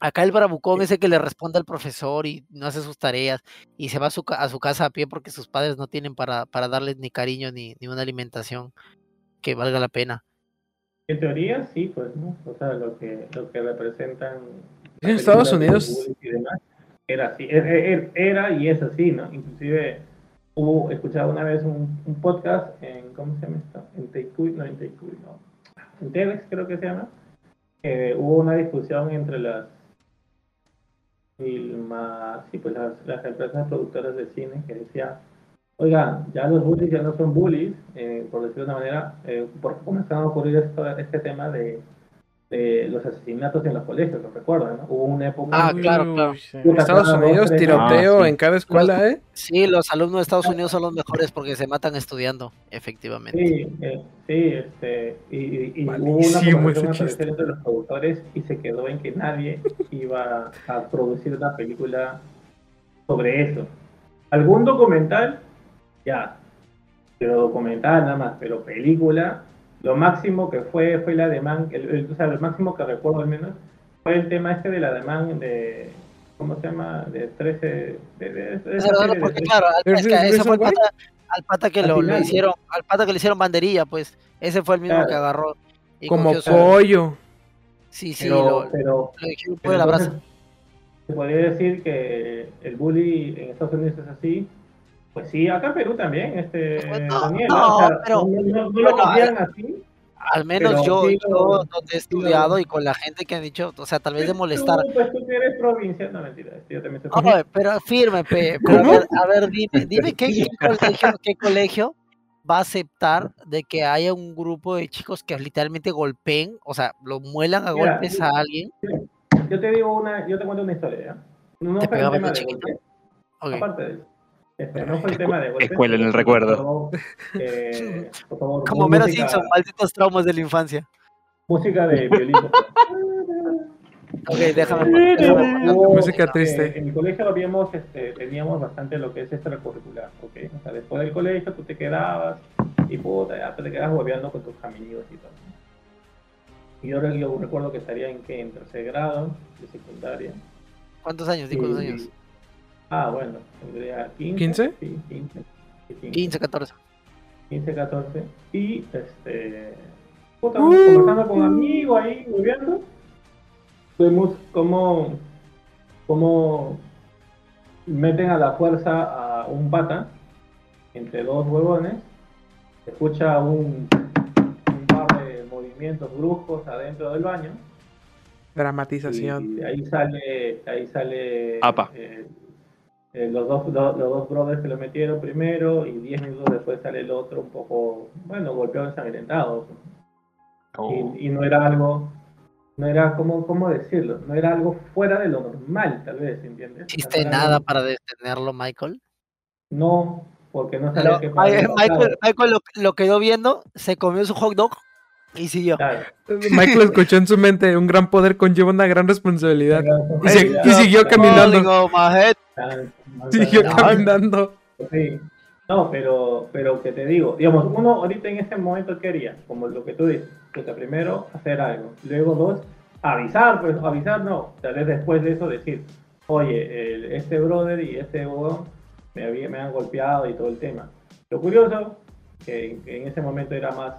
S4: acá el bravucón ese que le responde al profesor y no hace sus tareas y se va a su, ca- a su casa a pie porque sus padres no tienen para, para darles ni cariño ni, ni una alimentación que valga la pena.
S2: En teoría sí, pues, ¿no? O sea, lo que, lo que representan...
S3: En
S2: las
S3: Estados
S2: películas de
S3: Unidos.
S2: Woody y demás, Era así, er- er- era y es así, ¿no? Inclusive hubo, escuchaba una vez un, un podcast en, ¿cómo se llama esto? En Takeover, no, en Takeover, no. En Telex creo que se llama. Eh, hubo una discusión entre las... filma- sí, pues las, las empresas productoras de cine que decían Oigan, ya los bullies ya no son bullies, eh, por decirlo de una manera, eh, ¿por qué comenzaron a ocurrir esto- este tema de, de los asesinatos en los colegios? ¿Lo recuerdan? no? Hubo una época...
S4: Ah, claro, claro.
S3: Uy, sí. Estados Unidos, tiroteo
S1: Ah, sí.
S3: en cada escuela, ¿eh?
S4: Sí, los alumnos de Estados Unidos son los mejores porque se matan estudiando, efectivamente.
S2: Sí, eh, sí, este, y, y- y hubo una
S3: Malísimo
S2: conversación
S3: ese
S2: al
S3: chiste.
S2: parecer entre los productores y se quedó en que nadie iba a producir una película sobre eso. ¿Algún documental? Ya, pero documental nada más, pero película, lo máximo que fue fue la de Man, el- el- o sea, lo máximo que recuerdo al menos fue el tema este de la de Man de, ¿cómo se llama? De 13... De, de- de- esa
S4: Pero
S2: serie
S4: no,
S2: de
S4: porque
S2: 13.
S4: claro, al-
S3: Pero
S4: es
S3: sí,
S4: que
S3: pero
S4: ese
S3: eso,
S4: fue el
S3: güey.
S4: pata, al pata que
S2: Al
S4: lo, le
S2: final.
S4: hicieron, al pata que le hicieron banderilla, pues, ese fue el mismo
S2: Claro.
S4: que agarró. y
S3: Como
S4: cogió su-
S3: pollo.
S4: Sí, sí,
S2: Pero-
S4: lo,
S2: pero
S4: lo dijeron por
S2: Pero
S4: el
S2: entonces,
S4: abrazo.
S2: Se podría decir que el bully en Estados Unidos es así. Pues sí, acá en Perú también, este
S4: Pues No,
S2: Daniel.
S4: no,
S2: O sea,
S4: pero- eh,
S2: no, no- no
S4: bueno,
S2: lo copian así.
S4: Al menos
S2: pero
S4: yo,
S2: sí
S4: yo
S2: lo-
S4: donde he
S2: lo-
S4: estudiado y con la gente que han dicho, o sea, tal vez de molestar.
S2: Tú, pues tú que eres provincia, no mentira, este, yo también soy
S4: Ah,
S2: provincia.
S4: pero firme, pe, pero a
S3: ¿Cómo?
S4: ver, a ver, dime, dime qué, qué colegio, qué colegio va a aceptar de que haya un grupo de chicos que literalmente golpeen, o sea, lo muelan a
S2: Mira,
S4: golpes
S2: yo-
S4: a alguien.
S2: Yo te digo una, yo te cuento una historia, ¿ya? No
S4: Te
S2: fue el
S4: pegaba
S2: tema
S4: de
S2: de
S4: chiquito.
S2: golpes,
S4: Ok.
S2: aparte de eso. Este, no fue el tema de golpes.
S1: Escuela en el
S2: Por
S1: recuerdo.
S2: favor, eh, por favor,
S4: Como Mero
S2: música-
S4: Simpson, malditos traumas de la infancia.
S2: Música de violín. por favor.
S4: Ok, déjame. poner-
S1: Pero
S4: déjame poner-
S2: hubo-
S3: Música
S2: eh,
S3: triste.
S2: en mi colegio habíamos, este, teníamos bastante lo que es extracurricular, ¿ok? O sea, después del colegio tú te quedabas y puta, ya, pues, te quedabas hueveando con tus amigos y tal. Y yo, re- yo recuerdo que estaría en, ¿qué? en tercer grado de secundaria.
S4: ¿Cuántos años? Di cuántos años.
S2: Y- Ah, bueno, tendría 15.
S3: ¿Quince?
S2: Sí, 15. sí,
S4: 15, 14.
S2: 15, 14. Y este. Puta, conversando con amigos ahí, volviendo. Vemos cómo. cómo meten a la fuerza a un pata entre dos huevones. Se escucha un, un par de movimientos bruscos adentro del baño.
S3: Dramatización.
S2: Y de ahí sale, ahí sale
S1: Apa.
S2: eh, eh, los, dos, lo- los dos brothers que lo metieron primero y 10 minutos después sale el otro un poco, bueno, golpeado, ensangrentado.
S1: Oh.
S2: Y, y no era algo, no era, ¿cómo, ¿cómo decirlo? No era algo fuera de lo normal, tal vez, ¿entiendes?
S4: No hiciste
S2: No era
S4: nada
S2: algo-
S4: para detenerlo, Michael.
S2: No, porque no sabía
S4: Lo-
S2: qué
S4: Ma-
S2: podía pasar.
S4: Michael, Michael lo, lo quedó viendo, se comió su hot dog y siguió.
S2: Claro.
S3: Michael escuchó en su mente, un gran poder conlleva una gran responsabilidad. Y, se-
S2: Claro,
S3: y siguió
S2: claro,
S3: caminando.
S4: Holding, oh, my head.
S2: claro, claro.
S3: Siguió
S4: No.
S3: caminando.
S2: Sí. No, pero, pero que te digo, digamos, uno ahorita en ese momento quería, como lo que tú dices, puta, primero hacer algo, luego dos, avisar, pues avisar no, tal vez después de eso decir, oye, el- este brother y este huevón me, había- me han golpeado y todo el tema. Lo curioso, que, que en ese momento era más,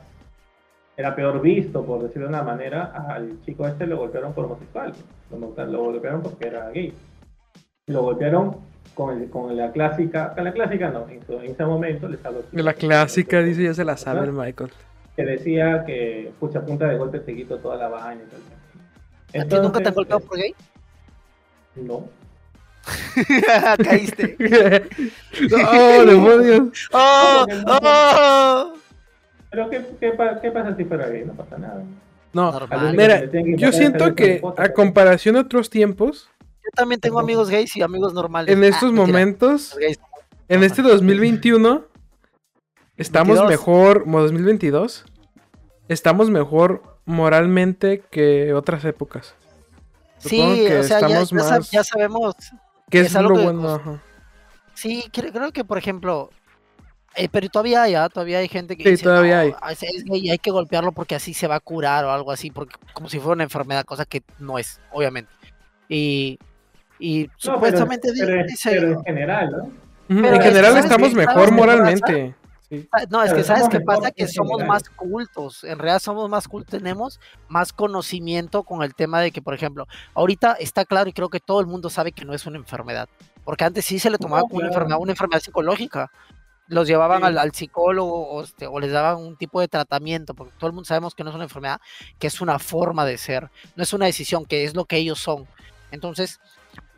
S2: era peor visto, por decirlo de una manera, al chico este lo golpearon por homosexual, lo, mo- lo golpearon porque era gay. Lo golpearon con, el- con la clásica, con la clásica no, en, su- en ese momento les hablo.
S3: La clásica, dice, ya se la sabe el Michael.
S2: Que decía que, pucha, punta de golpe te quito toda la vaina y tal.
S4: ¿A ti nunca te han golpeado
S2: eh,
S4: por gay?
S2: No.
S4: Caíste.
S3: ¡Oh, demonios!
S4: ¡Oh!
S2: No, porque
S4: ¡Oh!
S2: Pero ¿qué, qué, pa- qué pasa si fuera gay? No pasa nada.
S3: No,
S4: Normal.
S3: Mira,
S2: Le tienen que
S3: yo
S2: poner
S3: siento
S2: celos a mi
S3: que
S2: esposa,
S3: a comparación de otros tiempos,
S4: Yo también tengo amigos gays y amigos normales.
S3: en
S4: Ah,
S3: estos
S4: mentira,
S3: momentos,
S4: los gays.
S3: en este 2021, estamos
S4: 22.
S3: mejor, como 2022, estamos mejor moralmente que otras épocas.
S4: Sí, o sea, ya, ya sab- ya sabemos.
S3: ¿Qué
S4: es
S3: es,
S4: algo
S3: lo
S4: que
S3: bueno?
S4: nos-
S3: Ajá.
S4: Sí, creo, creo que, por ejemplo, eh, pero todavía hay, ¿ah? todavía hay gente que
S3: Sí, todavía hay.
S4: "Es- es gay, hay que golpearlo porque así se va a curar o algo así, porque como si fuera una enfermedad, cosa que no es, obviamente. Y, y
S2: No, pero,
S4: supuestamente di-
S2: pero en-
S4: dice,
S2: pero en general, ¿no?
S3: Ujú,
S4: Pero
S3: en
S4: es-
S3: general
S4: ¿sabes
S3: estamos
S4: qué?
S3: mejor
S4: ¿Sabes qué pasa?
S3: moralmente. Sí.
S4: "Ah, no, es que
S2: pero
S4: sabes
S2: somos
S4: qué
S2: mejores
S4: pasa, que
S2: en
S4: somos
S2: general".
S4: más cultos, en realidad somos más cultos, tenemos más conocimiento con el tema de que, por ejemplo, ahorita está claro y creo que todo el mundo sabe que no es una enfermedad, porque antes sí se le tomaba
S2: No,
S4: como una
S2: claro.
S4: enfermedad, una enfermedad psicológica. los llevaban
S2: Sí.
S4: al, al psicólogo o, este, o les daban un tipo de tratamiento, porque todo el mundo sabemos que no es una enfermedad, que es una forma de ser, no es una decisión, que es lo que ellos son. Entonces,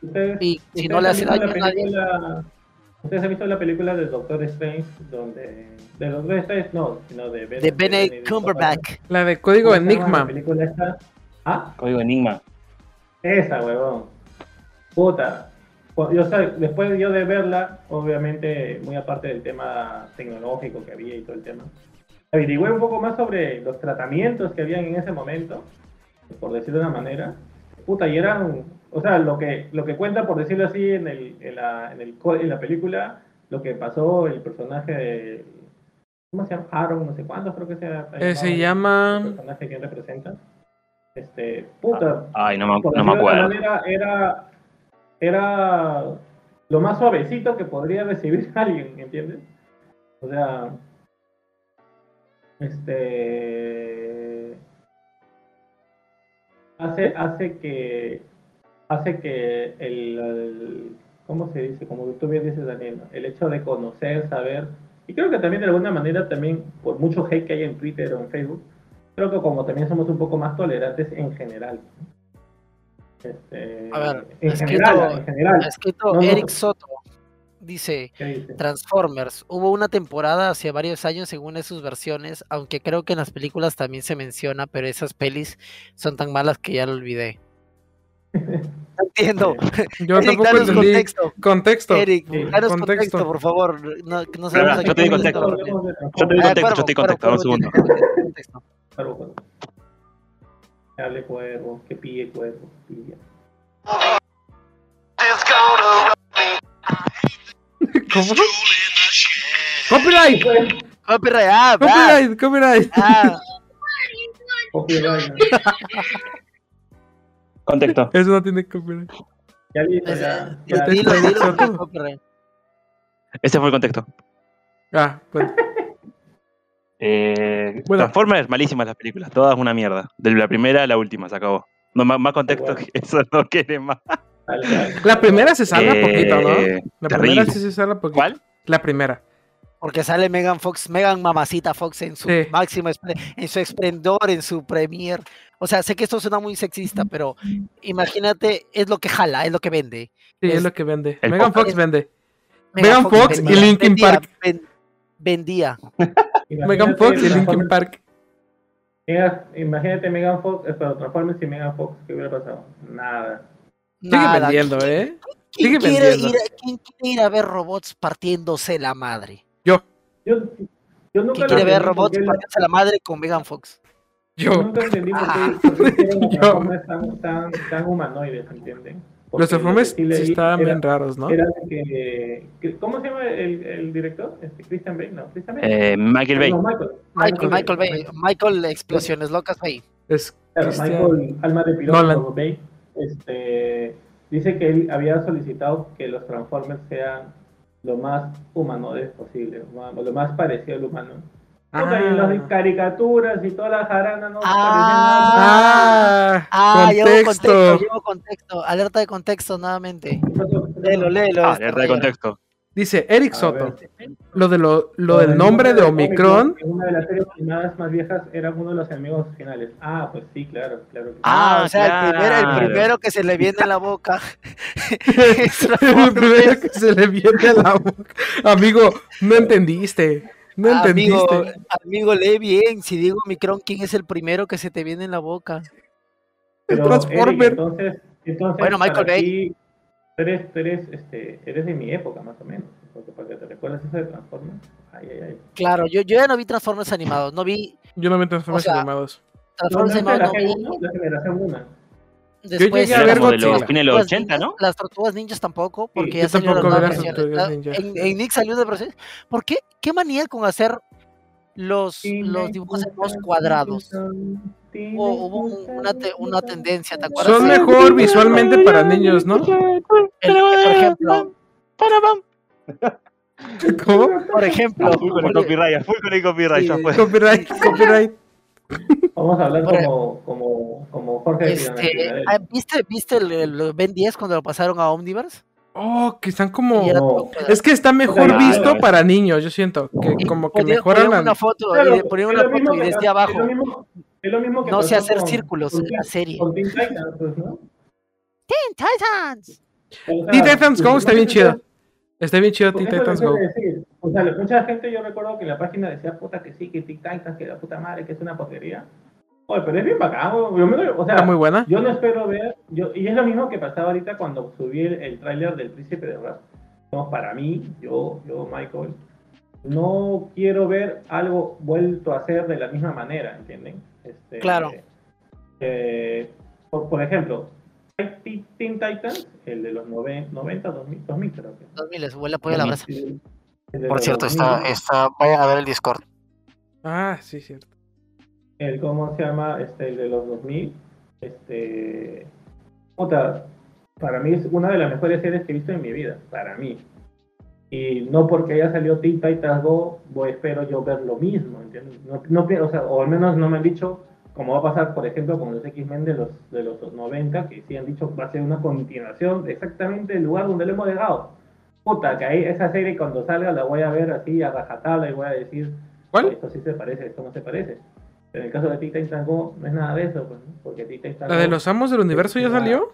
S2: Ustedes-
S4: y si
S2: ustedes
S4: no le
S2: han
S4: hace
S2: visto la
S4: daño a nadie,
S2: película- Ustedes han visto la película del Doctor Strange, donde. Del Doctor Strange, no, sino de Ben-
S4: de
S2: de
S4: Benedict
S2: Benedict
S4: Cumberbatch,
S3: La de código
S2: ¿Cómo se llama La
S3: Enigma. Eh,
S2: película esta? Ah,
S1: Código Enigma.
S2: esa, huevón. Puta. Cu- Yo, o sea, después yo de verla, obviamente, muy aparte del tema tecnológico que había y todo el tema, averigüé un poco más sobre los tratamientos que habían en ese momento, por decirlo de una manera. Puta, y eran, o sea, lo que, lo que cuenta, por decirlo así, en, el, en, la, en, el, co- en la película, lo que pasó el personaje de... ¿Cómo se llama? Aaron, no sé cuántos, creo que se ha-
S3: Eh, se
S2: llamado el
S3: llama.
S2: personaje que él representa. Este, puta,
S1: Ay, no me,
S2: por
S1: no me
S2: decirlo de
S1: acuerdo.
S2: alguna manera, era, era lo más suavecito que podría recibir alguien, ¿entiendes? O sea, este hace hace que hace que el, el- cómo se dice, como tú bien dices Daniel, ¿no? el hecho de conocer, saber y creo que también de alguna manera también por mucho hate que hay en Twitter o en Facebook, creo que como también somos un poco más tolerantes en general. ¿no? Este,
S4: A ver,
S2: en
S4: escrito-
S2: general, en general.
S4: ha escrito
S2: No, no.
S4: Eric Soto, dice,
S2: ¿qué dice?
S4: Transformers, hubo una temporada hace varios años según en sus versiones, aunque creo que en las películas también se menciona, pero esas pelis son tan malas que ya lo olvidé. No entiendo.
S3: Yo
S4: Eric,
S3: tampoco
S4: danos
S3: entendí.
S4: contexto.
S3: Contexto.
S4: Eric,
S2: Sí.
S4: danos
S3: Contexto.
S4: contexto. por favor. No, no sabemos
S1: Pero,
S4: a
S1: yo te
S4: qué
S1: digo
S4: nos estamos
S1: contexto.
S4: refiriendo.
S1: Yo te digo
S4: Ah,
S1: contexto, yo
S4: Cuervo, Cuervo,
S1: te digo contexto, dame
S4: Cuervo,
S1: un segundo.
S4: tiene contexto, contexto.
S2: Cuervo, cuervo. Que hable cuervo, que pille cuervo, pilla.
S3: ¿Cómo? ¡Copyright!
S4: Pues, Copyright, ah, va,
S3: ¡Copyright! ¡Copyright!
S4: ah.
S2: Copia vaina.
S1: Contexto.
S3: Eso no tiene copyright.
S2: Ya listo,
S4: Es-
S2: ya.
S4: es-
S2: ya.
S4: dilo,
S3: está
S4: dilo,
S3: bien.
S4: copyright.
S1: Ese fue el contexto.
S3: Ah, bueno.
S1: Eh,
S3: Bueno.
S1: Transformers, malísimas las películas. Todas una mierda. De la primera a la última, se acabó. No, más, más contexto
S2: Bueno.
S1: que eso no quiere más.
S2: Dale, dale.
S3: La primera se salva poquito, ¿no?
S1: Eh,
S3: La
S1: terrible.
S3: primera sí se salva poquito.
S1: ¿Cuál?
S3: La primera.
S4: Porque sale Megan Fox, Megan Mamacita Fox en su
S3: Sí.
S4: máximo, espre- en su esplendor, en su premier. O sea, sé que esto suena muy sexista, pero imagínate, es lo que jala, es lo que vende.
S3: Sí, es,
S4: Es-
S3: lo que vende.
S1: El
S3: Megan
S4: Fox.
S3: Fox vende. Megan Fox y
S4: vendía,
S3: Linkin
S4: vendía,
S3: Park.
S4: ven- vendía.
S3: Megan
S2: Imagínate
S3: Fox y
S2: Transformers-
S3: Linkin Park.
S2: Mega- Imagínate Megan Fox, eh, pero Transformers y Megan Fox, ¿qué hubiera pasado? Nada.
S3: Sigue
S4: Nada,
S3: vendiendo, ¿eh?
S4: ¿Quién,
S3: Sigue
S4: quiere
S3: vendiendo.
S4: ir a, quién quiere ir a ver robots partiéndose la madre?
S3: Yo,
S2: Yo, yo nunca
S4: ¿Quién quiere
S2: entendí
S4: ver
S2: por
S4: robots
S2: qué la-
S4: partiéndose la madre con Megan Fox?
S2: yo
S3: yo.
S2: nunca entendí por qué, por qué hicieron los
S3: Yo.
S2: Transformers tan, tan, tan humanoides, ¿entienden? Porque
S3: Los Transformers
S2: lo que sí leí
S3: sí estaban
S2: era-
S3: bien raros, ¿no?
S2: era de que, que- ¿Cómo se llama el, el director? Este, Christian Bale, ¿no? Christian Bale.
S1: Eh, Michael Bay.
S2: No, Michael.
S4: Michael, Michael Bay, Michael Explosiones Locas Bay.
S3: Es
S2: Claro,
S3: Christian-
S2: Michael, alma de piloto,
S3: Este, Nolan.
S2: como Bay, este, dice que él había solicitado que los Transformers sean lo más humanoides posible, huma- lo más parecido al humano. Puta, Y las
S3: Ah,
S2: caricaturas y toda la jarana no
S4: Ah. Ah, llevo contexto,
S3: contexto.
S4: llevo contexto. Alerta de contexto nuevamente.
S2: parecían nada.
S4: Léelo, léelo.
S1: Ah,
S4: este
S1: alerta de
S4: Roger.
S1: contexto.
S3: Dice Eric
S2: A
S3: Soto.
S2: ver.
S3: Lo, de lo, lo del nombre de Omicron.
S2: En una de las series animadas más viejas era uno de los enemigos finales. Ah, pues sí, claro, claro. que sí.
S4: Ah, o sea, el, primero, el
S1: claro.
S4: primero que se le viene en la boca. es
S3: El primero que se le viene a la boca. Amigo, no entendiste. No
S4: Amigo,
S3: entendiste.
S4: amigo, lee bien. Si digo Micron, ¿quién es el primero que se te viene en la boca?
S2: Pero,
S3: Transformer.
S2: Eric, entonces, entonces,
S4: Bueno, Michael
S2: para
S4: Bay.
S2: ti, tú eres, tú eres, este, eres de mi época, más o menos. Porque, porque te recuerdas eso de Transformers. Ay, ay, ay.
S4: Claro, yo, yo ya no vi Transformers animados. No vi
S3: Yo no me transformo
S4: O sea,
S3: en animados.
S4: Transformers en
S2: la
S4: Auto
S2: generación
S4: y
S2: uno, la generación 1.
S4: después
S3: llegué a ver
S1: Como de los
S3: Godzilla.
S1: fines de los 80, ¿no?
S4: Las tortugas ninjas tampoco, porque
S2: Sí,
S4: ya
S3: yo
S4: salieron las
S3: tampoco
S4: nuevas
S3: vi las
S4: versiones.
S3: Tortugas
S4: Ah,
S3: Ninja.
S4: En, en Nick salió de versiones. ¿Por qué? ¿Qué manía con hacer los, los dibujos en dos cuadrados? Hubo, hubo un- una, te- una tendencia, ¿te acuerdas?
S3: Son
S4: Eh,
S3: mejor visualmente para niños, ¿no?
S4: el- por ejemplo,
S3: ¿Cómo?
S4: por ejemplo,
S1: A full con el copyright, a full con el copyright, ya fue.
S3: Copyright, copyright.
S2: Vamos a hablar
S4: Por-
S2: como, como, como Jorge
S4: este,
S2: Villanelle.
S4: ah, ¿viste, viste el, el Ben 10 cuando lo pasaron a Omniverse?
S3: Oh, que están
S4: Y
S3: como.
S4: era
S2: No.
S4: todo cuadrado.
S3: Es que está mejor
S1: Claro.
S3: visto para niños, yo siento. Que
S4: Y
S3: como que
S4: ponía-
S3: mejoran
S4: ponía
S3: la.
S4: una foto,
S2: Claro,
S4: y ponía
S2: es
S4: una
S2: lo mismo
S4: foto y
S2: que
S4: decía
S2: pasó- es
S4: abajo,
S2: lo mismo- es lo mismo que
S4: no sé
S2: pasó
S4: hacer
S2: con-
S4: círculos
S2: con
S4: en la
S2: Teen-
S4: serie.
S2: Con Teen Titans, pues, ¿no?
S4: "Teen Titans".
S2: O sea,
S3: Teen Titans Go
S2: no
S3: está bien
S2: sé-
S3: chido. Está bien chido
S2: porque
S3: Teen
S2: eso es lo
S3: Titans
S2: que
S3: Go.
S2: quiero decir. O sea, mucha gente yo recuerdo que en la página decía puta que sí, que Teen Titans, que la puta madre, que es una porquería. Oye, pero es bien bacán, güey. Yo me lo- o sea,
S3: Está muy buena.
S2: yo no espero ver, yo, y es lo mismo que pasaba ahorita cuando subí el, el tráiler del Príncipe de Rap. No, para mí, yo, yo, Michael, no quiero ver algo vuelto a hacer de la misma manera, ¿entienden? Este,
S4: Claro.
S2: eh, por, por ejemplo, Teen Titans, el de los noven- 90, 2000, 2000 creo que.
S4: 2000, es, huele apoyo a la brasa.
S2: El de
S5: Por
S2: los
S5: cierto,
S2: 2000,
S5: está, está, vayan a ver el Discord.
S3: Ah, sí, cierto.
S2: el cómo se llama este el de los 2000 este puta, para mí es una de las mejores series que he visto en mi vida para mí y no porque haya salido Teen Titans Go voy- espero yo ver lo mismo ¿entiendes? No, no pi- o, sea, o al menos no me han dicho como va a pasar por ejemplo con los X-Men de los de los 90 que sí han dicho va a ser una continuación de exactamente el lugar donde lo hemos dejado puta que ahí esa serie cuando salga la voy a ver así a rajatabla y voy a decir
S3: ¿Cuál?
S2: esto sí se parece, esto no se parece. Pero en el caso de Teen Titans Go no es nada de eso, pues, ¿no? porque Teen Titans
S3: ¿La de
S2: Go
S3: los amos del universo ya salió?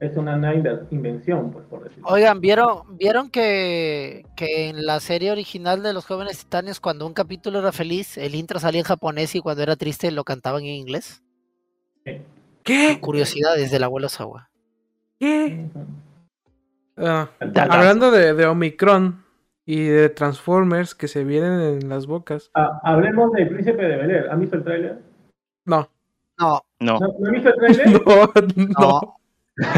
S2: es una nueva inve- invención, pues, por decirlo.
S4: Oigan, ¿vieron, vieron que, que en la serie original de Los Jóvenes Titanes, cuando un capítulo era feliz, el intro salía en japonés y cuando era triste lo cantaban en inglés?
S3: ¿Qué?
S4: Curiosidades del abuelo Sawa.
S3: ¿Qué? Ah,
S1: Datazo.
S3: hablando de, de Omicron y de Transformers que se vienen en las bocas.
S2: Ah, hablemos del Príncipe de Bel Air. ¿Han visto el tráiler?
S3: No,
S4: No,
S2: ¿No,
S1: No,
S2: ¿No han visto el tráiler?
S3: no, no,
S4: no,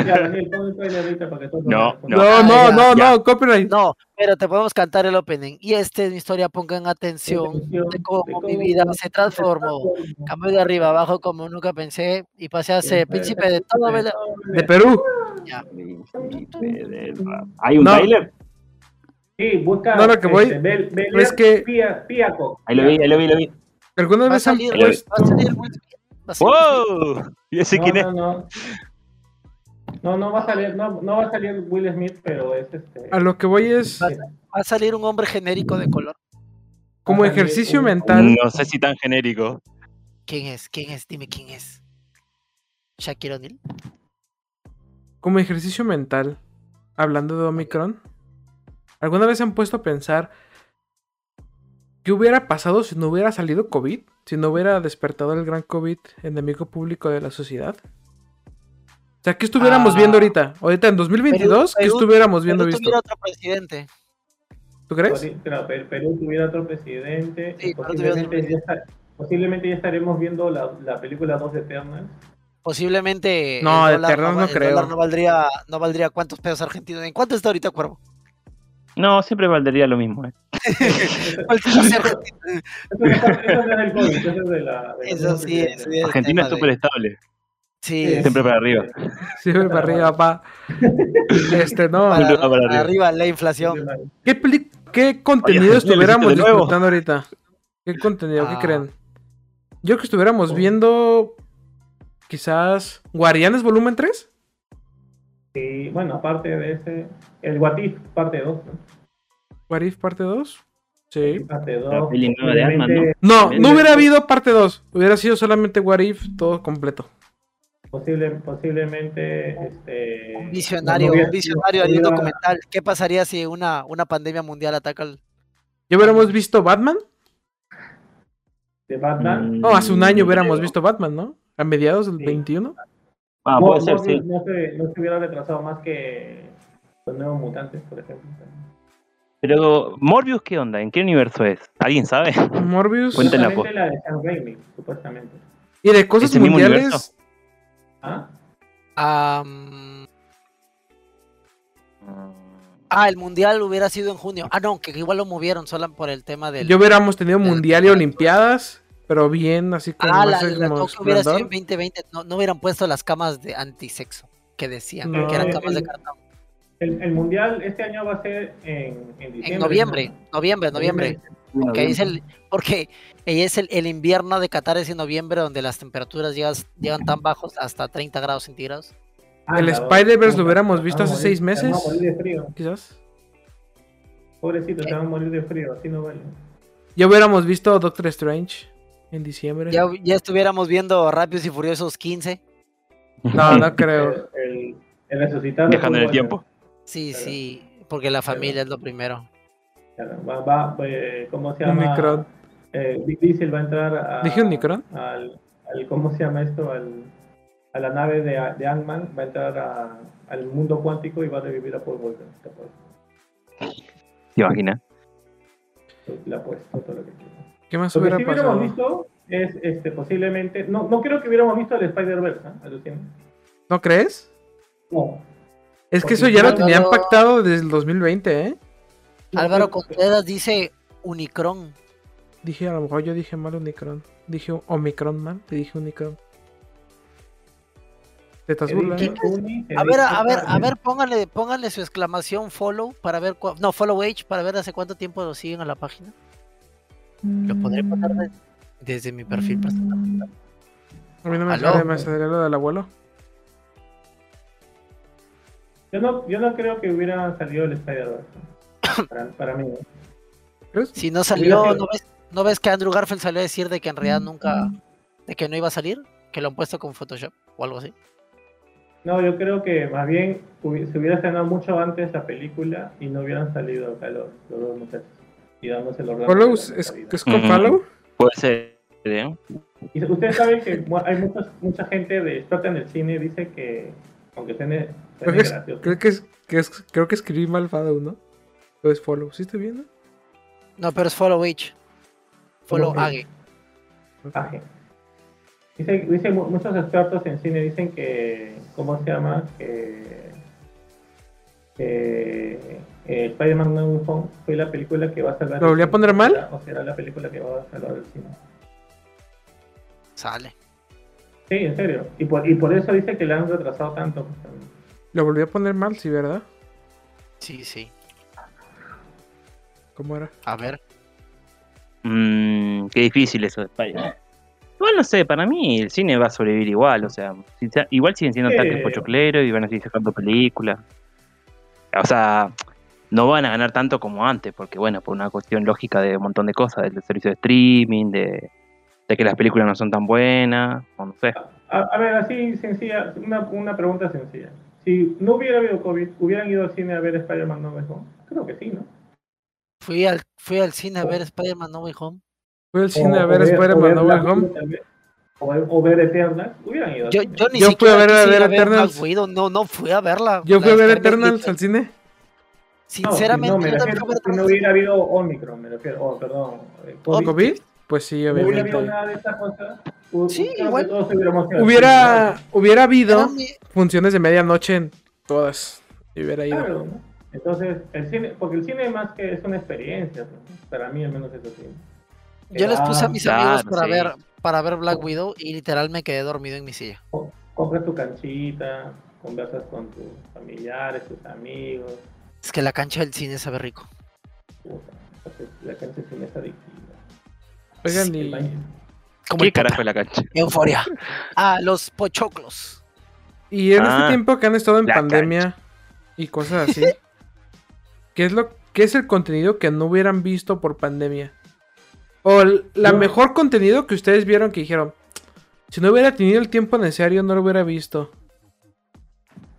S2: ya, Daniel, pon el tráiler ahorita para que todos
S1: No,
S2: nos respondan.
S3: no, no, no,
S1: ya.
S3: no, copyright.
S4: no, pero te podemos cantar el opening. Y esta es mi historia, pongan atención
S2: Atención,
S4: de cómo mi vida se transformó. Cambio de arriba a abajo como nunca pensé y pasé a ser príncipe de todo Bel-
S3: De Perú.
S1: ¿Hay un
S3: No.
S1: trailer?
S2: Sí, busca. este,
S3: No, lo que voy-
S2: Bel, Bel Air,
S3: es que-
S2: Pía- Píaco.
S1: Ahí lo vi, ahí lo vi, lo vi.
S3: ¿Alguna
S4: Va a
S3: vez han
S4: salir,
S1: Ahí lo
S4: va
S1: ves.
S3: puesto?
S4: a salir Will Smith, va a salir Will Smith.
S1: ¡Wow! Yo sé
S2: No,
S1: quién es.
S2: no, no. No, no va a salir, no, no va a salir Will Smith, pero es este.
S3: A lo que voy es
S4: Va a salir un hombre genérico de color.
S3: como
S2: Va a salir
S3: ejercicio
S2: un-
S3: mental.
S1: No sé si tan genérico.
S4: ¿Quién es? ¿Quién es? Dime quién es. Shakira O'Neal.
S3: Como ejercicio mental. Hablando de Omicron. ¿Alguna vez se han puesto a pensar qué hubiera pasado si no hubiera salido COVID? Si no hubiera despertado el gran COVID enemigo público de la sociedad. O sea, ¿qué estuviéramos
S4: Ah.
S3: viendo ahorita? Ahorita en 2022, ¿qué
S4: Perú-
S3: estuviéramos
S4: Pero
S3: viendo visto?
S4: tuviera otro presidente.
S3: ¿Tú crees?
S2: Ori- Claro, Pues Pe- Perú tuviera otro presidente.
S4: Sí,
S2: y
S4: Perú tuviera otro
S2: posiblemente, ya esta- posiblemente ya estaremos viendo la, la película 2 Eternas.
S4: Posiblemente. el
S3: No, de
S4: dólar
S3: terror
S4: va-
S3: no
S4: el
S3: creo.
S4: dólar no valdría, no valdría cuántos pesos argentinos. ¿En cuánto está ahorita Cuervo?
S1: No, siempre valdría lo mismo. eh.
S4: ¿Cuántos pesos argentinos?
S2: Eso no, está- eso no es del COVID, eso es de la. de los
S4: Eso
S2: nuevos
S4: sí,
S2: presidentes.
S4: eso sí es
S1: Argentina
S4: tema
S1: es
S4: de-
S1: súper estable.
S4: Sí,
S2: Sí.
S1: Siempre para arriba.
S3: Siempre para arriba, pa. Este, no.
S4: para,
S1: Ah, Para arriba.
S4: arriba la
S2: Eso
S4: inflación.
S2: es de-
S3: ¿Qué, peli- qué contenido
S1: Oye,
S3: estuviéramos
S1: de nuevo.
S3: disfrutando ahorita? ¿Qué contenido? ¿Qué
S4: Ah.
S3: creen? Yo que estuviéramos
S2: Oh.
S3: viendo quizás Guardianes Volumen 3.
S2: sí, bueno, aparte de ese. El Guatif, parte 2. ¿no?
S3: What If parte 2. Sí.
S2: Parte 2.
S1: La peli nueva de Ant-Man,
S2: posiblemente-
S3: No,
S1: Bien,
S3: no
S1: bien.
S3: hubiera habido parte 2. Hubiera sido solamente What If todo completo.
S2: posible- posiblemente. Este,
S4: Un visionario,
S2: no hubiera-
S4: un visionario
S2: no
S4: haría un
S2: hubiera-
S4: documental. ¿Qué pasaría si una, una pandemia mundial ataca al.
S3: ¿Ya hubiéramos visto Batman?
S2: De Batman.
S1: Mm,
S3: No, hace un año hubiéramos
S1: creo.
S3: visto Batman, ¿no? A mediados del
S2: Sí.
S3: 21.
S1: Ah,
S2: no,
S1: puede ser,
S2: no-
S1: sí.
S2: no se, no se hubiera retrasado más que los nuevos mutantes, por ejemplo.
S1: Pero, ¿Morbius qué onda? ¿En qué universo es? ¿Alguien sabe?
S3: Morbius.
S1: Cuéntale. Cuenten la
S2: Supuestamente la de Sam Raimi, supuestamente.
S3: Y de cosas
S1: ¿Es el mismo
S3: mundiales,
S1: universo?
S2: ¿Ah?
S4: Am, ah, el mundial hubiera sido en junio. Ah, no, que igual lo movieron solo por el tema del.
S3: yo hubiéramos tenido
S4: del-
S3: mundial y olimpiadas, pero bien, así como
S4: ah, la,
S3: ese
S4: la
S3: como
S4: Tokio hubiera sido en
S3: esplendor.
S4: 2020. No, no hubieran puesto las camas de antisexo que decían,
S3: No.
S4: que eran camas de cartón.
S2: El, el mundial este año va a ser en, en diciembre.
S4: En noviembre,
S2: ¿no?
S4: noviembre, noviembre. Que es el, porque eh, es el, el invierno de Qatar es en noviembre donde las temperaturas llegas- llegan tan bajos hasta 30 grados centígrados.
S2: Ah,
S3: El
S2: la- Ah,
S3: Spider-Verse lo
S2: vamos a-
S3: hubiéramos visto
S2: vamos a
S3: hace
S2: morir-
S3: seis meses.
S2: Vamos a morir de frío.
S3: Quizás.
S2: Pobrecito,
S4: Eh.
S2: se van a morir de frío, así no vale.
S3: Ya hubiéramos visto Doctor Strange en diciembre.
S4: Ya, ya estuviéramos viendo Rápidos y Furiosos 15.
S3: No, no creo.
S2: El, el, el resucitado.
S1: Viajando en el
S2: fue bueno.
S1: tiempo.
S4: Sí,
S2: Claro.
S4: sí, porque la familia es lo primero.
S2: Claro, va, va, eh, ¿Cómo se llama?
S3: Unicron.
S2: Eh, Vin Diesel va a entrar a.
S3: ¿Dije Unicron?
S2: Al, al- ¿Cómo se llama esto? Al, a la nave de, de Ant-Man. Va a entrar a- al mundo cuántico y va a revivir a Paul Walker. Te apuesto.
S1: ¿Te imaginas?
S2: Le apuesto todo lo que quiera.
S3: ¿Qué más
S2: Lo que
S3: hubiera
S2: sí hubiéramos
S3: pasado?
S2: visto es este, posiblemente. No, no creo que hubiéramos visto el Spider-Verse, ¿eh? Alucina.
S3: ¿No crees?
S2: No.
S3: Es
S2: Porque
S3: que eso ya lo
S4: Álvaro-
S3: tenían pactado desde el 2020, ¿eh?
S4: Álvaro
S2: No,
S4: Contreras dice Unicron.
S3: Dije, a lo mejor yo dije mal Unicron. Dije Omicron mal, te dije Unicron. Te estás
S2: he
S3: burlando.
S2: dicho Uni, he
S4: A ver,
S2: dicho
S4: a ver, a
S2: Marvel.
S4: ver, pónganle, pónganle su exclamación follow para ver cua- no, follow age para ver hace cuánto tiempo lo siguen a la página. Lo podré
S2: Mm.
S4: poner de- desde mi perfil personal.
S3: A mí no me
S4: Aló.
S3: sale, me sale lo del abuelo.
S2: Yo no, yo no creo que hubiera salido el Spider-Verse. ¿no? Para, para mí. ¿no?
S3: ¿Crees?
S4: Si no salió,
S2: Hubiera
S4: ¿no ves, ¿no ves que Andrew Garfield salió a decir de que en
S3: Mm.
S4: realidad nunca, de que no iba a salir? Que lo han puesto con Photoshop o algo así.
S2: No, yo creo que más bien hubi- se hubiera estrenado mucho antes la película y no hubieran salido acá los, los dos muchachos. Y dándose los ratos de
S3: Follow
S2: la
S3: es, es-
S2: vida.
S3: es con
S1: Ujú.
S3: follow.
S1: Puede ser. ¿eh?
S2: Y ustedes saben que mu- hay muchos, mucha gente de experta en el cine dice que, aunque suene, suene
S3: Creo que, Pues es-
S2: gracioso,
S3: creo que es- que es- creo que escribí mal follow, ¿no? Pero es follow. ¿Sí estoy viendo?
S4: No, pero es follow age. Follow
S2: Follow
S4: age.
S2: Aje. Dice, dice mu- muchos expertos en cine dicen que, ¿cómo se llama? Que, que, eh, Spider-Man No Way Home fue la película que va a salvar.
S3: ¿Lo
S2: el
S3: volví a
S2: cine.
S3: poner mal?
S2: O será la película que va a salvar el cine.
S4: Sale.
S2: Sí, en serio. Y por, y por eso dice que le han retrasado tanto. pues, también.
S3: Lo volví a poner mal, sí, ¿verdad?
S4: Sí, sí.
S3: ¿Cómo era?
S4: A ver.
S1: Mm, qué difícil eso de España. Igual no sé, para mí el cine va a sobrevivir igual, o sea, si sea- igual siguen siendo
S2: Sí.
S1: tanques pochocleros y van a seguir sacando películas. O sea, no van a ganar tanto como antes, porque bueno, por una cuestión lógica de un montón de cosas, del servicio de streaming, de, de que las películas no son tan buenas, o no sé.
S2: A, a ver, así sencilla, una, una pregunta sencilla. Si no hubiera habido COVID, ¿hubieran ido al cine a ver Spider-Man No Way Home? Creo que sí, ¿no?
S4: Fui al, fui al cine a ver Spider-Man No Way Home.
S3: Fui al cine
S2: O-
S3: a
S2: o
S3: ver Spider-Man No
S2: o ver
S3: Way
S2: Black
S3: Home.
S2: Widow también, O ver, o ver Eternals. Hubieran ido. al
S4: Yo,
S2: cine.
S4: yo ni
S3: Yo fui a
S4: siquiera
S3: ver- a
S4: quise ir
S3: ver Eternals.
S4: Black Widow, No, no fui a verla.
S3: Yo
S4: La
S3: fui a ver
S4: descargué en
S3: Eternals
S4: Netflix.
S3: al cine.
S2: No, si
S4: Sinceramente,
S2: no, me
S4: yo también
S2: refiero
S4: fui a ver
S2: si no
S4: Eternals.
S2: hubiera habido Omicron, me refiero. Oh, perdón. eh, COVID.
S3: ¿COVID? Pues sí,
S2: No hubiera habido
S3: obviamente.
S2: nada de esas cosas. u-
S4: Sí,
S2: creo que
S4: igual.
S2: todos hubiéramos ido al
S3: Hubiera, hubiera habido
S4: Era mi-
S3: funciones de medianoche en todas. Y hubiera
S2: cine,
S3: ido.
S2: Claro, ¿no? Entonces, el cine, porque el cine más que es una experiencia, ¿no? para mí al menos es así.
S4: Yo les puse a mis amigos
S1: Claro,
S4: para
S1: sí.
S4: ver para ver Black Widow y literal me quedé dormido en mi silla.
S2: Co- Compras tu canchita, conversas con tus familiares, tus amigos.
S4: Es que la cancha del cine sabe rico.
S2: puta, entonces, la cancha sí me está adictiva.
S3: Oigan,
S2: El
S3: y
S2: baño.
S4: Como
S1: ¿Qué
S4: el
S1: carajo es la cancha?
S4: Euforia. Ah, los pochoclos.
S3: Y en
S1: Ah,
S3: este tiempo que han estado en
S1: la
S3: pandemia y cosas así, ¿qué es lo qué es el contenido que no hubieran visto por pandemia? O el la
S2: Yo-
S3: mejor contenido que ustedes vieron que dijeron, si no hubiera tenido el tiempo necesario no lo hubiera visto.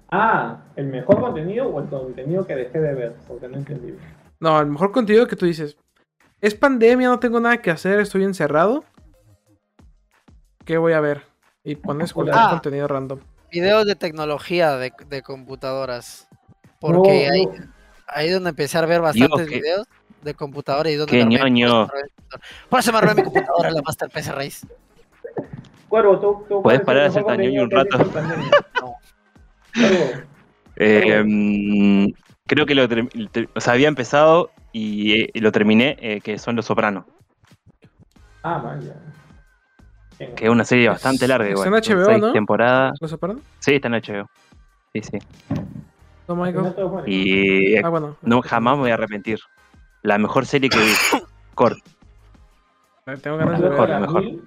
S2: Ah, ¿el mejor contenido o el contenido que dejé de ver? Porque no entendí.
S3: No, el mejor contenido que tú dices, es pandemia, no tengo nada que hacer, estoy encerrado. ¿Qué voy a ver? Y pones cualquier
S4: Ah.
S3: contenido random.
S4: Videos de tecnología de, de computadoras. Porque
S2: No,
S4: ahí,
S2: no.
S4: ahí es donde empecé a ver bastantes
S1: qué-
S4: videos de computadora y donde
S1: qué
S4: me arruiné-
S1: ñoño.
S4: Por eso me arruiné mi computadora, la Master PC Race.
S2: Cuervo, tú. tú ¿cuál es
S1: Puedes
S2: el
S1: parar de hacer
S2: mejor
S1: tañoño un
S2: contenido que has hecho
S1: rato.
S2: en pandemia?
S4: No.
S2: Cuervo,
S1: Eh, mm, creo que lo ter- te- o sea, había empezado y eh, lo terminé, eh, que son Los Sopranos,
S2: Ah, man, ya. Venga.
S1: que es una serie bastante
S3: Es-
S1: larga.
S3: está
S1: igual,
S3: en
S1: son
S3: HBO,
S1: seis
S3: ¿no?
S1: temporadas.
S3: ¿Los Sopranos?
S1: Sí, está en HBO. Sí, sí.
S3: No,
S2: Al final
S3: Michael.
S2: todos mueren.
S1: Y eh,
S3: Ah, bueno.
S1: no, jamás me voy a arrepentir. La mejor serie que vi. Corta.
S2: Yo
S3: Tengo ganas de
S1: Mejor,
S3: ver.
S2: para,
S1: mejor.
S2: Mí,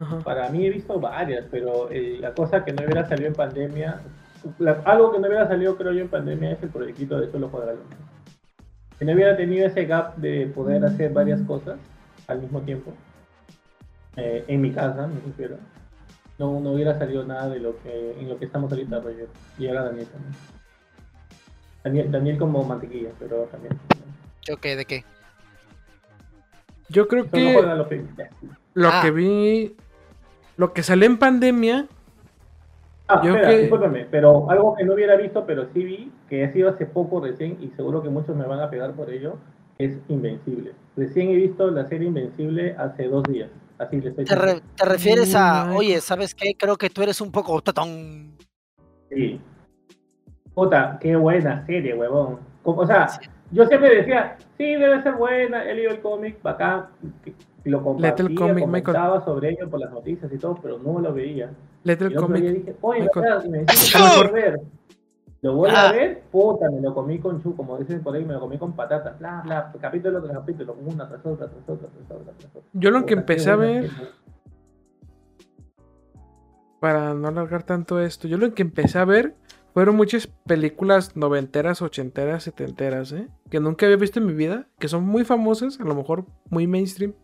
S3: Ajá.
S2: para mí he visto varias, pero eh, la cosa que no hubiera salido en pandemia, la- algo que no hubiera salido creo yo en pandemia es el proyectito de Solo Cuadralo. Que no hubiera tenido ese gap de poder hacer varias cosas al mismo tiempo, eh, en mi casa me refiero, no, no hubiera salido nada de lo que en lo que estamos ahorita, Roger, y ahora Daniel también. Daniel, Daniel como mantequilla, pero también.
S4: ¿Yo qué? ¿De qué?
S3: Yo creo
S2: Solo
S3: que
S2: Cuadralo, pe-
S3: lo
S4: Ah.
S3: que vi. Lo que salió en pandemia.
S2: Ah,
S3: Yo
S2: espera,
S3: que-
S2: discúlpame, pero algo que no hubiera visto, pero sí vi, que ha sido hace poco recién, y seguro que muchos me van a pegar por ello, es Invencible. Recién he visto la serie Invencible hace dos días, así le estoy
S4: ¿Te, re-
S2: diciendo.
S4: te refieres a,
S3: Michael.
S4: oye, ¿sabes qué? Creo que tú eres un poco tatón.
S2: Sí. Puta, qué buena serie, huevón. Como- o sea, yo siempre decía, sí, debe ser buena, he leído el cómic, bacán, que- y lo compartía,
S3: el cómic, Michael.
S2: comentaba sobre ello por las noticias y todo, pero no lo veía. Y
S3: Letra el
S2: el otro día
S3: cómic.
S2: dije, oye,
S3: Michael.
S2: verdad, me decís que lo voy a ver. Lo voy
S4: Ah.
S2: a ver, puta, me lo comí con chu, como dicen por ahí, me lo comí con patatas, bla, bla, capítulo tras capítulo, una tras otra, tras otra, tras otra, tras otra.
S3: Yo lo que
S2: Puta, qué
S3: empecé a
S2: buena
S3: ver.
S4: Ah,
S2: serie.
S3: Para no alargar tanto esto. Yo lo que empecé a ver. Fueron muchas películas noventeras, ochenteras, setenteras, ¿eh? Que nunca había visto en mi vida. Que son muy famosas, a lo mejor muy mainstream.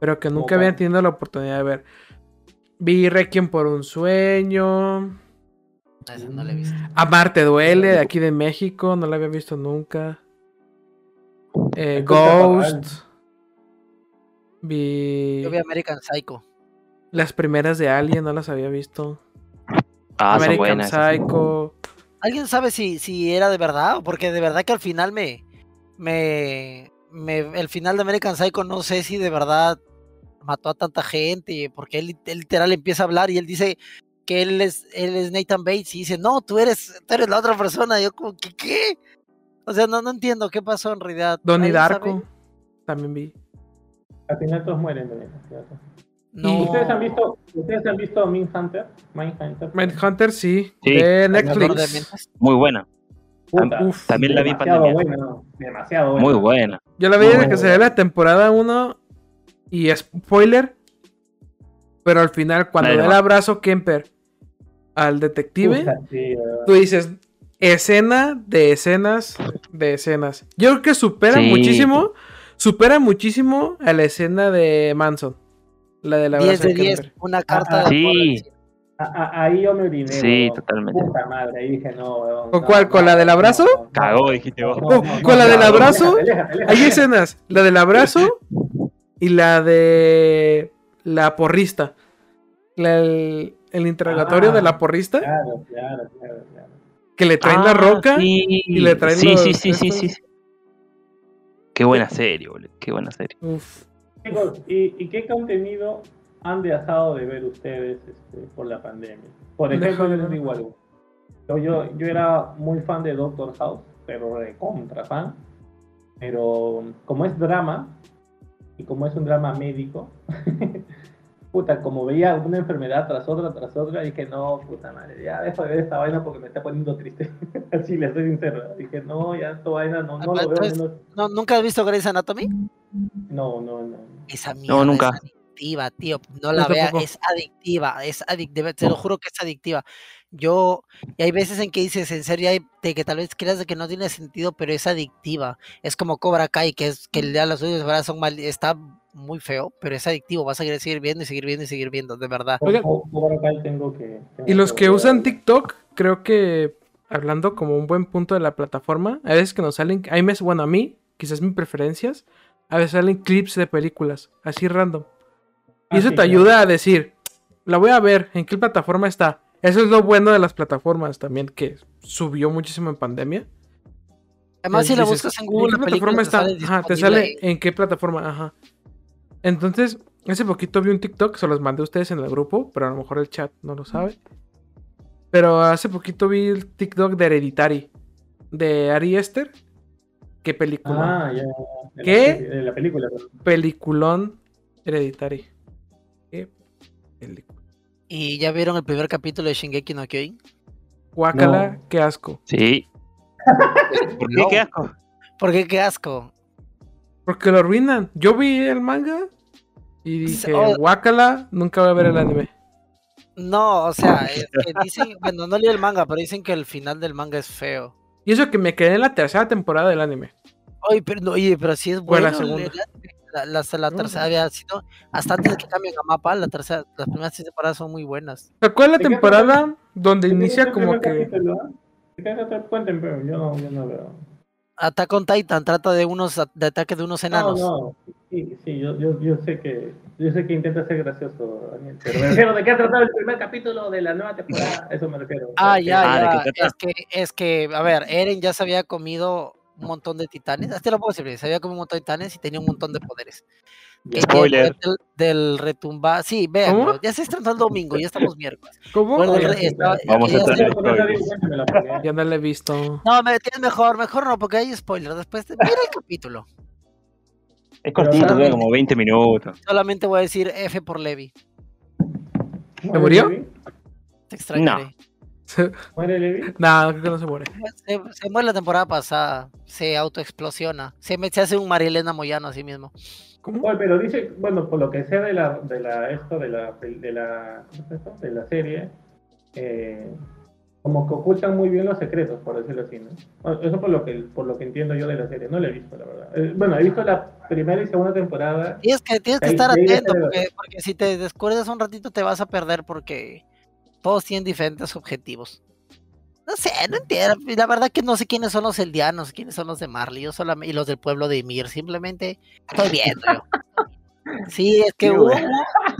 S3: Pero que
S2: Opa.
S3: nunca había tenido la oportunidad de ver. Vi Requiem por un sueño.
S4: Esa no la he visto.
S3: Amarte duele, de aquí de México, no la había visto nunca. Eh,
S2: Escucha,
S3: Ghost.
S2: cabal.
S3: Vi
S4: Yo vi American Psycho.
S3: las primeras de Alien, no las había visto.
S1: Ah, son
S3: American
S1: buenas. esas.
S3: Psycho.
S4: ¿Alguien sabe si, si era de verdad? Porque de verdad que al final me, me, me- El final de American Psycho no sé si de verdad mató a tanta gente. Porque él, él literal empieza a hablar y él dice que él es, él es Nathan Bates y dice, no, tú eres, tú eres la otra persona. Yo como, ¿qué? qué? O sea, no, no entiendo qué pasó en realidad.
S3: Donnie
S4: ¿Alguien
S3: Darko.
S4: sabe?
S3: También vi.
S2: Al final todos mueren, de verdad, al final todos.
S4: No.
S2: ¿Ustedes han visto, ustedes han visto Mindhunter? Mindhunter.
S3: Mindhunter, sí.
S1: Sí.
S3: De
S4: Ganador de
S3: Netflix.
S4: mentes.
S1: Muy buena,
S2: Puta,
S3: Uf,
S1: también la vi en
S2: demasiado
S1: pandemia.
S2: buena, demasiado buena.
S1: muy buena.
S3: Yo la vi desde
S2: No.
S3: que salió la temporada 1. Y spoiler. Pero al final, cuando
S1: Nadie
S3: da
S1: lo
S3: el
S1: va.
S3: abrazo Kemper al detective.
S2: Puta, sí, eh,
S3: tú dices escena de escenas de escenas. Yo creo que supera
S1: Sí.
S3: muchísimo, supera muchísimo a la escena de Manson, la de la
S4: 10
S3: abrazo
S4: de
S3: de
S4: 10,
S3: Kemper.
S4: una carta
S1: Sí.
S4: de amor al cielo.
S2: a- a- ahí yo me oriné.
S1: Sí,
S2: huevón.
S1: totalmente.
S2: Puta madre, ahí dije, no, huevón,
S3: ¿Con
S2: no,
S3: cuál? ¿Con
S2: no,
S3: la del
S2: no,
S3: abrazo?
S2: no, no,
S1: Cagó, dijiste vos.
S2: no, no,
S3: Oh, ¿Con la
S2: no,
S3: del
S2: no,
S3: abrazo?
S2: aléjate, aléjate,
S3: Hay
S2: aléjate.
S3: escenas, la del abrazo y la de la porrista. La- el, el interrogatorio
S2: Ah,
S3: de la porrista
S2: Claro, claro, claro, claro.
S3: que le traen la
S1: Ah,
S3: roca.
S1: sí.
S3: y le traen
S1: sí,
S3: los-
S1: sí, sí, sí,
S3: estos.
S1: sí, sí. Qué buena serie, boludo. Qué buena serie.
S3: Uf.
S2: Chicos, ¿y, y qué contenido han dejado de ver ustedes este, por la pandemia? Por ejemplo,
S3: Dejado de
S2: yo les
S3: ver.
S2: digo algo. Yo, yo, yo era muy fan de Doctor House, pero de contra fan. Pero como es drama, y como es un drama médico, puta, como veía una enfermedad tras otra, tras otra, dije, no, puta madre, ya dejo de ver esta vaina porque me está poniendo triste. Así le soy sincero. Dije, no, ya esta vaina no, no lo veo.
S4: Entonces-
S2: menos-
S4: No, ¿Nunca has visto Grey's Anatomy?
S2: No, no, no.
S4: Esa mierda
S1: nunca.
S4: es adictiva, tío. No la veas,
S3: tampoco.
S4: es adictiva, es adictiva, te lo juro que es adictiva. Yo, y hay veces en que dices, en serio, hay- de que tal vez creas de que no tiene sentido, pero es adictiva. Es como Cobra Kai, que es que ya los suyos ¿verdad? son mal, está muy feo, pero es adictivo, vas a querer seguir viendo y seguir viendo y seguir viendo, de verdad.
S3: Oigan.
S2: Po- po- por acá tengo que- tengo
S3: Y los que
S2: ver.
S3: usan TikTok, creo que hablando como un buen punto de la plataforma, a veces que nos salen, a mí me- bueno, a mí, quizás mis preferencias, a veces salen clips de películas, así random. Y
S2: Ah,
S3: eso
S2: sí,
S3: te
S2: claro.
S3: ayuda a decir, la voy a ver, ¿en qué plataforma está? Eso es lo bueno de las plataformas también, que subió muchísimo en pandemia.
S4: Además, si
S3: Entonces
S4: la
S3: dices,
S4: buscas en Google,
S3: ¿en qué
S4: la película
S3: plataforma
S4: te
S3: está?
S4: sale
S3: Ajá, te
S4: disponible
S3: sale en qué plataforma, ajá. Entonces, hace poquito vi un TikTok, se los mandé a ustedes en el grupo, pero a lo mejor el chat no lo sabe. Pero hace poquito vi el TikTok de Hereditary, de Ari Esther. Qué película.
S2: Ah, ya. de la-
S3: ¿Qué?
S2: De la película. pero-
S3: Peliculón Hereditary. Qué película.
S4: ¿Y ya vieron el primer capítulo de Shingeki no Kyojin?
S3: Guácala, qué asco.
S1: Sí. ¿Por qué?
S4: No.
S1: ¿Qué asco?
S4: Porque qué asco.
S3: Porque lo arruinan. Yo vi el manga y dije,
S4: Oh.
S3: guácala, nunca voy a ver el anime.
S4: No, o sea, es que dicen, bueno, no leí el manga, pero dicen que el final del manga es feo.
S3: Y eso que me quedé en la tercera temporada del anime.
S4: Oye, pero, no, oye, pero sí es
S3: Fue
S4: bueno.
S3: la
S4: le-
S3: segunda.
S4: la- la- hasta la
S3: No,
S4: tercera, había sido- hasta antes de que cambien a mapa, la tercera, las primeras seis temporadas son muy buenas.
S3: ¿Se acuerdan
S2: ¿De
S3: la
S2: qué
S3: temporada donde inicia
S2: ¿Qué
S3: como
S2: Este primer
S3: que...
S2: capítulo, ah? ¿Qué capítulo? Cuenten, pero yo no, yo no veo.
S4: Attack on Titan trata de unos a- de ataque de unos enanos.
S2: No, no. Sí, sí yo, yo, yo sé que yo sé que intenta ser gracioso, Daniel, pero me refiero de qué ha tratado el primer capítulo de la nueva temporada. Eso me refiero.
S4: Ah,
S2: Porque-
S4: ya,
S1: Ah, ¿de
S4: ya.
S1: qué
S4: Es que, es que, a ver, Eren ya se había comido un montón de titanes. Hasta lo puedo decir, se había comido un montón de titanes y tenía un montón de poderes. Que tiene el
S1: Spoiler.
S4: poder Del, del retumbar. Sí, vean,
S3: ¿Cómo?
S4: ya se estrenó el domingo, ya estamos miércoles.
S3: ¿Cómo? Eh,
S4: Bueno, el
S2: ya,
S4: re-
S2: sí,
S4: estaba-
S2: claro.
S1: Vamos a
S4: ya
S1: estar
S4: se-
S1: en spoilers.
S2: Cuéntamela, porque-
S3: Ya no la he visto.
S4: No, me, es mejor, mejor no, porque hay spoiler. Después, te- mira el capítulo.
S1: Es cortito,
S2: Pero-
S1: dura como 20 minutos.
S4: Solamente voy a decir F por Levi.
S2: ¿Muere
S3: murió?
S2: Levi?
S4: Te extrañaré.
S2: ¿Muere Levi?
S3: Nah, creo que no se muere.
S4: Se, se muere la temporada pasada. Se autoexplosiona. Se, me- se hace un Marilena Moyano a sí mismo.
S3: ¿Cómo?
S2: Oye, pero dice, bueno, por lo que sé de la, de la, esto, de la, de la, ¿cómo se llama esto? de la serie, eh, como que ocultan muy bien los secretos, por decirlo así, ¿no? Bueno, Eso por lo que, por lo que entiendo yo de la serie, no la he visto, la verdad. Eh, bueno, he visto la primera y segunda temporada.
S4: Tienes que, tienes que
S2: Ahí-
S4: estar
S2: ahí ya
S4: atento,
S2: se le va.
S4: porque, porque si te descuidas un ratito te vas a perder porque todos tienen diferentes objetivos. No sé, no entiendo. La verdad que no sé quiénes son los eldianos, quiénes son los de Marley, yo solamente, y los del pueblo de Ymir, simplemente estoy viendo yo. Sí, es que
S1: Sí,
S4: hubo,
S1: güey.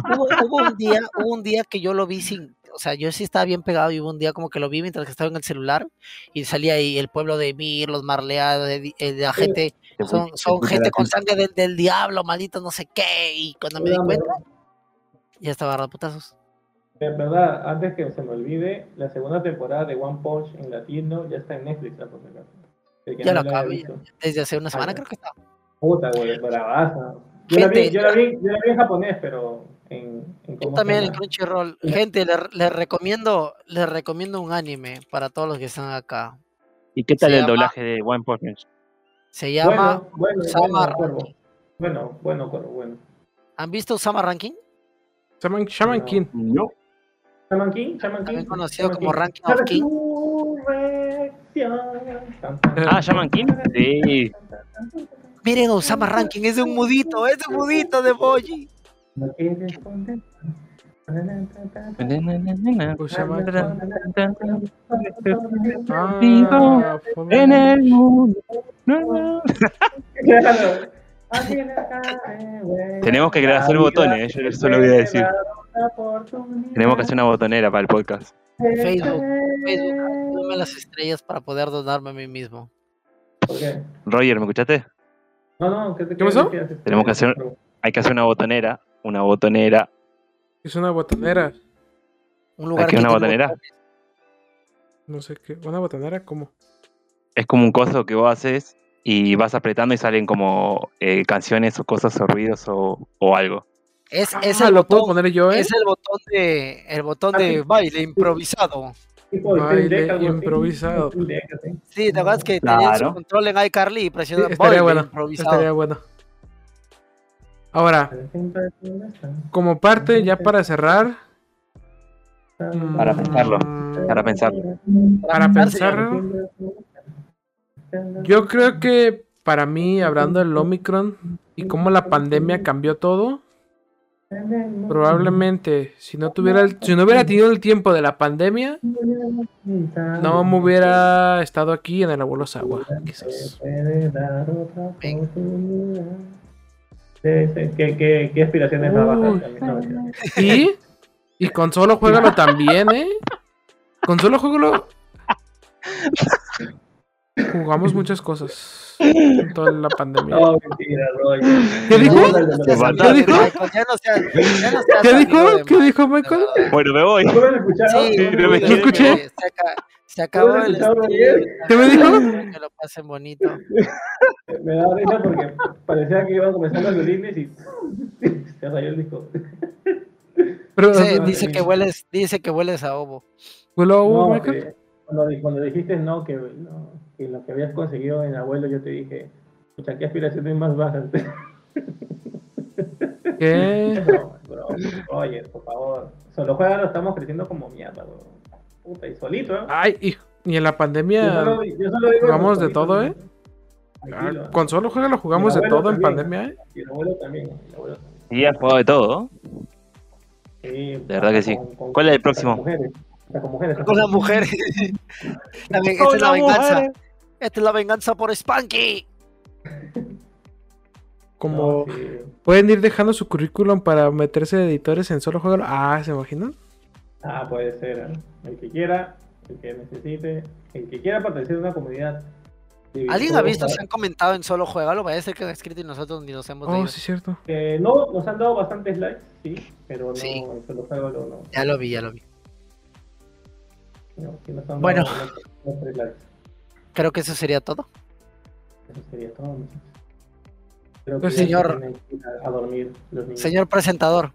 S4: hubo- hubo un día, hubo un día que yo lo vi sin, o sea, yo sí estaba bien pegado y hubo un día como que lo vi mientras que estaba en el celular y salía ahí el pueblo de Ymir, los marleados, de- de la gente son, son gente con sangre del, del diablo, maldito no sé qué. Y cuando me di cuenta, ya estaba agarrado a putazos.
S2: De verdad, antes que se me olvide, la segunda temporada de One Punch en latino ya está en Netflix, ¿no? Por si acaso. El que
S4: Ya
S2: no
S4: lo
S2: la haya
S4: acabé,
S2: visto.
S4: Desde hace una semana
S2: ya.
S4: creo que estaba.
S2: Puta, güey, bravaza. Yo la, vi,
S4: Gente,
S2: yo, la vi, yo la vi en japonés, pero en... en
S4: Yo
S2: ¿cómo se
S4: también en
S2: llama?
S4: Crunchyroll.
S2: Ya.
S4: Gente, les recomiendo, les recomiendo un anime para todos los que están acá.
S1: ¿Y qué tal
S4: se
S1: el
S4: llama-
S1: doblaje de One Punch Man?
S4: Se llama
S2: bueno, bueno,
S4: Sama
S2: bueno, Corvo.
S4: Ranking.
S2: Bueno, bueno, Corvo, bueno.
S4: ¿Han visto Usama Ranking?
S3: Shaman, Shaman
S2: No.
S3: King.
S1: No.
S2: Shaman King, Shaman King.
S4: También
S2: sí,
S4: conocido
S2: Shaman
S4: como
S2: King.
S4: Ranking of King.
S2: Resurrección. Tan, tan,
S1: Ah, ¿llaman King? Sí.
S4: Miren, Usama Ranking es de un mudito, es de un mudito de Boji.
S2: No quieres contar. Tan, tan, tan, tan.
S3: Usama-
S1: Vivo
S3: Ah, fue-
S1: En el mundo. No.
S2: Claro. Tenemos
S1: Tenemos que crear hacer botones, yo eso lo voy a decir. Tenemos que hacer una botonera para el podcast.
S4: Facebook, Facebook, dame las estrellas para poder donarme a mí mismo.
S2: Facebook.
S1: Roger, ¿me escuchaste?
S2: No, no, ¿qué, te
S3: ¿Qué pasó?
S1: Tenemos que hacer- Hay que hacer una botonera. Una botonera.
S3: Es una botanera.
S4: Un lugar
S1: Aquí una
S4: tiene
S1: botanera.
S4: botones.
S3: No sé qué. ¿Una botanera? ¿Cómo?
S1: Es como un coso que vos haces y vas apretando y salen como eh, canciones o cosas o ruidos o, o algo.
S4: Es, es
S3: Ah,
S4: el
S3: lo puedo
S4: botón-
S3: poner yo, ¿eh?
S4: Es el botón de el botón
S2: Ah,
S4: de
S2: sí.
S4: baile improvisado.
S3: Baile improvisado.
S2: ¿eh?
S4: Sí, te acuerdas que tenían su
S1: Claro.
S4: control en iCarly y presionaban
S3: Sí,
S4: baile
S3: estaría bueno.
S4: improvisado.
S3: Estaría bueno. Ahora, como parte, ya para cerrar. mm,
S1: Para pensarlo. Para pensar.
S3: Para pensar. Yo creo que para mí, hablando del Omicron y cómo la pandemia cambió todo, probablemente si no tuviera el- si no hubiera tenido el tiempo de la pandemia, no me hubiera estado aquí en el abuelo Sagua, quizás.
S4: Ven.
S2: Sí, sí, ¿Qué, qué, qué aspiraciones más bajas? también, no, mentira.
S3: Y y con solo juégalo también, ¿eh? Con solo juégalo Jugamos muchas cosas en toda la pandemia.
S2: No, mentira, Roy.
S3: ¿Qué dijo?
S2: No, no, no,
S4: seas
S1: ¿Qué
S4: amigo de
S3: dijo?
S4: Michael, ya no seas- ya no seas
S3: ¿Qué
S4: amigo de
S3: dijo? ¿Qué
S4: Michael,
S3: dijo
S4: de
S3: Michael?
S4: verdad.
S1: Bueno, me voy.
S2: ¿No me lo escucharon?
S4: Sí,
S1: no me-
S4: sí,
S3: ¿No escuché?
S4: Se, aca- se acabó
S2: ¿No me
S4: el
S2: escucharon
S4: stream.
S2: bien?
S3: ¿Qué me dijo?
S4: Espero Que lo pasen bonito.
S2: Me da risa porque parecía que iba a comenzar los violines y se rayó el disco.
S3: Pero,
S4: Sí,
S2: no,
S4: dice
S2: no,
S4: que
S2: no.
S4: hueles, dice que hueles a ovo.
S3: ¿Huelo a Hugo,
S2: No,
S3: Michael?
S2: que cuando, di- cuando dijiste no que, no, que lo que habías conseguido en abuelo, yo te dije, pucha, qué aspiraciones más bajas.
S3: ¿Qué?
S2: No, bro, oye, por favor. Solo juega lo estamos creciendo como mierda, bro. Puta, y solito, ¿eh?
S3: Ay, hijo. Y en la
S2: Yo
S3: pandemia,
S2: solo- yo solo digo
S3: Ah, jugamos de
S2: solito,
S3: todo,
S2: ¿no?
S3: ¿eh?
S2: Tranquilo, ¿eh?
S3: con solo juega lo jugamos
S2: Mi
S3: de
S2: abuelo
S3: todo en
S2: también.
S3: pandemia, ¿eh?
S2: Y el abuelo también, el abuelo también.
S1: Sí, has jugado de todo.
S2: Sí,
S1: De verdad que sí.
S2: con- con-
S1: ¿Cuál es el
S2: hasta con
S1: próximo?
S2: mujeres, hasta con mujeres.
S4: Con las mujeres. La ven- esta es la
S1: Hola,
S4: venganza.
S1: mujeres.
S4: Esta es la venganza por Spanky.
S3: Como
S2: No, sí.
S3: pueden ir dejando su currículum para meterse de editores en solo juega. Ah, ¿se imaginan?
S2: Ah, puede ser. ¿eh? El que quiera, el que necesite, el que quiera pertenecer a una comunidad. de
S4: ¿Alguien ha
S2: videojuegos,
S4: visto?
S2: ¿no?
S4: Se han comentado en solo juegalo. Parece ser que han escrito y nosotros ni nos hemos
S3: Oh,
S4: leído.
S3: sí, cierto.
S2: Eh, no, nos han dado bastantes likes, sí, pero no,
S4: Sí.
S2: en solo juego no. no,
S4: Ya lo vi, ya lo vi.
S2: no, sí nos han
S4: Bueno.
S2: dado unos- unos tres likes.
S4: Creo que eso sería todo.
S2: Eso sería todo. ¿no? Creo
S3: Pues,
S2: ya se
S4: señor.
S2: tienen que ir A, a dormir los niños.
S4: Señor presentador,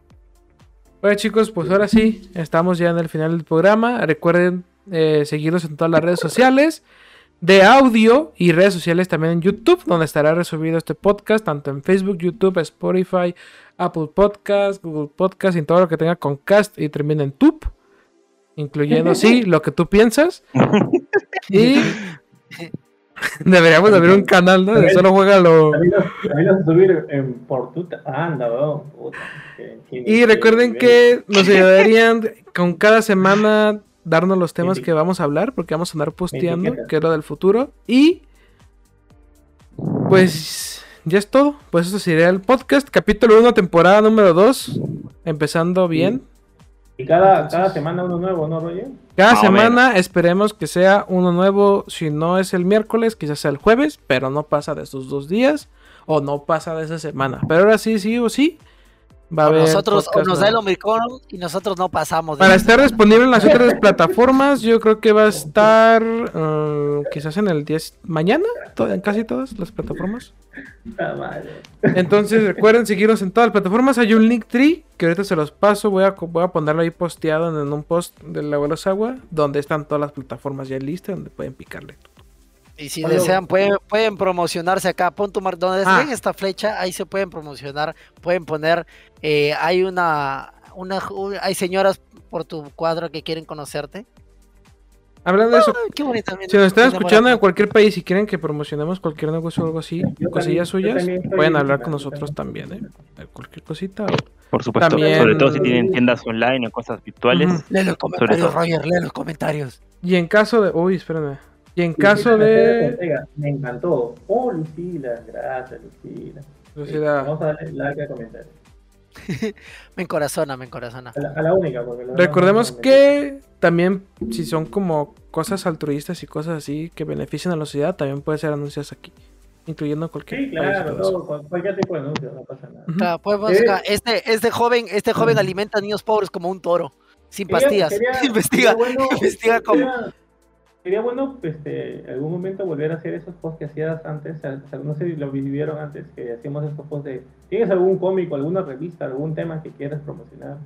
S3: Bueno, chicos, pues ahora sí, estamos ya en el final del programa. Recuerden eh, seguirnos en todas las redes sociales de audio y redes sociales también en YouTube, donde estará resubido este podcast, tanto en Facebook, YouTube, Spotify, Apple Podcast, Google Podcast y todo lo que tenga con cast y termine en tub, incluyendo, sí, lo que tú piensas. Y deberíamos de abrir un canal, ¿no? De solo juega lo...
S2: También los- también los vas a subir en por tu anda, weón. Puta, que- que-
S3: Y recuerden que nos ayudarían con cada semana darnos los temas que vamos a hablar, porque vamos a andar posteando,
S2: etiquetas.
S3: que es lo del futuro. Y pues ya es todo. Pues eso sería el podcast, capítulo 1, temporada número 2. Empezando bien.
S2: Y cada,
S3: Entonces-
S2: cada semana uno nuevo, ¿no, Roger?
S3: Cada
S1: Más o
S3: semana esperemos que sea uno nuevo. Si no es el miércoles, quizás sea el jueves, pero no pasa de estos dos días o no pasa de esa semana. Pero ahora sí, sí o sí. Va a
S4: o
S3: haber
S4: nosotros o
S3: podcast
S4: nos da el
S3: nuevo.
S4: Omicron y nosotros no pasamos. de
S3: Para este
S4: esa
S3: estar
S4: semana.
S3: disponible en las otras plataformas, yo creo que va a estar eh, quizás en el 10 mañana, to- en casi todas las plataformas.
S2: Puta madre.
S3: Entonces recuerden seguirnos en todas las plataformas. Hay un link tree que ahorita se los paso. Voy a, co- voy a ponerlo ahí posteado en, en un post del abuelo Sagua, donde están todas las plataformas ya listas, donde pueden picarle.
S4: Y si
S2: Oye,
S4: desean, pueden, pueden promocionarse acá. Pon tu mar donde
S3: Ah.
S4: ven esta flecha, ahí se pueden promocionar. Pueden poner, eh, hay una, una, ju- hay señoras por tu cuadro que quieren conocerte.
S3: Hablando de eso,
S4: Ay, qué bonito. mira,
S3: si nos están
S4: mira,
S3: escuchando
S4: mira.
S3: en cualquier país y quieren que promocionemos cualquier negocio o algo así,
S2: Yo
S3: cosillas
S2: también- yo
S3: suyas,
S2: también estoy
S3: pueden
S2: en-
S3: hablar con nosotros también, ¿eh? Cualquier cosita. o-
S1: Por supuesto.
S3: También-
S1: Sobre todo si tienen tiendas online o cosas virtuales.
S3: Ujú.
S4: Lee los comentarios,
S1: todo.
S4: Roger, lee los comentarios.
S3: Y en caso de. Uy, espérame. Y en
S2: Lucila
S3: caso de.
S2: Ortega, Me encantó. Oh, Lucila, gracias, Lucila.
S3: Lucila,
S2: Vamos a darle like a comentarios.
S4: Me encorazona, me encorazona.
S2: A la, a la única, porque la
S3: Recordemos
S2: verdad no-
S3: que también, si son como cosas altruistas y cosas así que benefician a la sociedad, también puede ser anuncios aquí, incluyendo cualquier
S2: Sí,
S3: país y
S2: claro,
S3: todo eso.
S2: todo, cual- cualquier tipo de anuncio, no pasa nada.
S3: Ujú.
S4: Claro, pues, pues,
S2: Eh.
S4: acá, este, este joven, este joven alimenta a niños pobres como un toro, sin
S2: Sería-
S4: pastillas.
S2: sería-
S4: Investiga.
S2: sería bueno-
S4: investiga
S2: sería-
S4: cómo.
S2: Sería bueno, este, algún momento volver a hacer esos posts que hacías antes, o sea, no sé si lo vivieron antes, que hacíamos esos posts de, ¿tienes algún cómico, alguna revista, algún tema que quieras promocionar?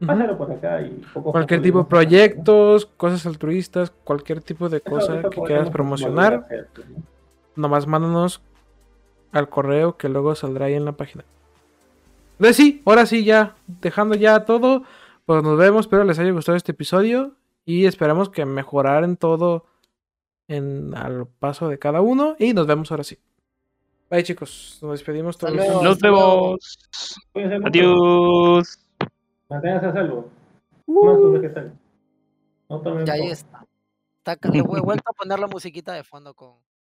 S3: Ujú.
S2: Pásalo por acá y poco a
S3: Cualquier
S2: poco
S3: tipo de
S2: lo vamos a hacer, ¿no?
S3: proyectos, cosas altruistas, cualquier tipo de
S2: Eso-
S3: cosa
S2: eso
S3: que
S2: podemos
S3: quieras
S2: volver a
S3: promocionar,
S2: hacer, pues, ¿no?
S3: nomás mándanos al correo que luego saldrá ahí en la página. Entonces sí, ahora sí ya, dejando ya todo, pues nos vemos, espero les haya gustado este episodio y esperamos que mejorar en todo en al paso de cada uno y nos vemos ahora sí. Bye chicos, nos despedimos todos.
S4: Hasta luego.
S1: Nos vemos.
S2: Cuídense mucho,
S1: Adiós.
S2: Manténganse a salvo. Coman sus vegetales. No tomen
S4: Ya ahí
S2: coca.
S4: está. Está ca- le he vuelto a poner la musiquita de fondo con.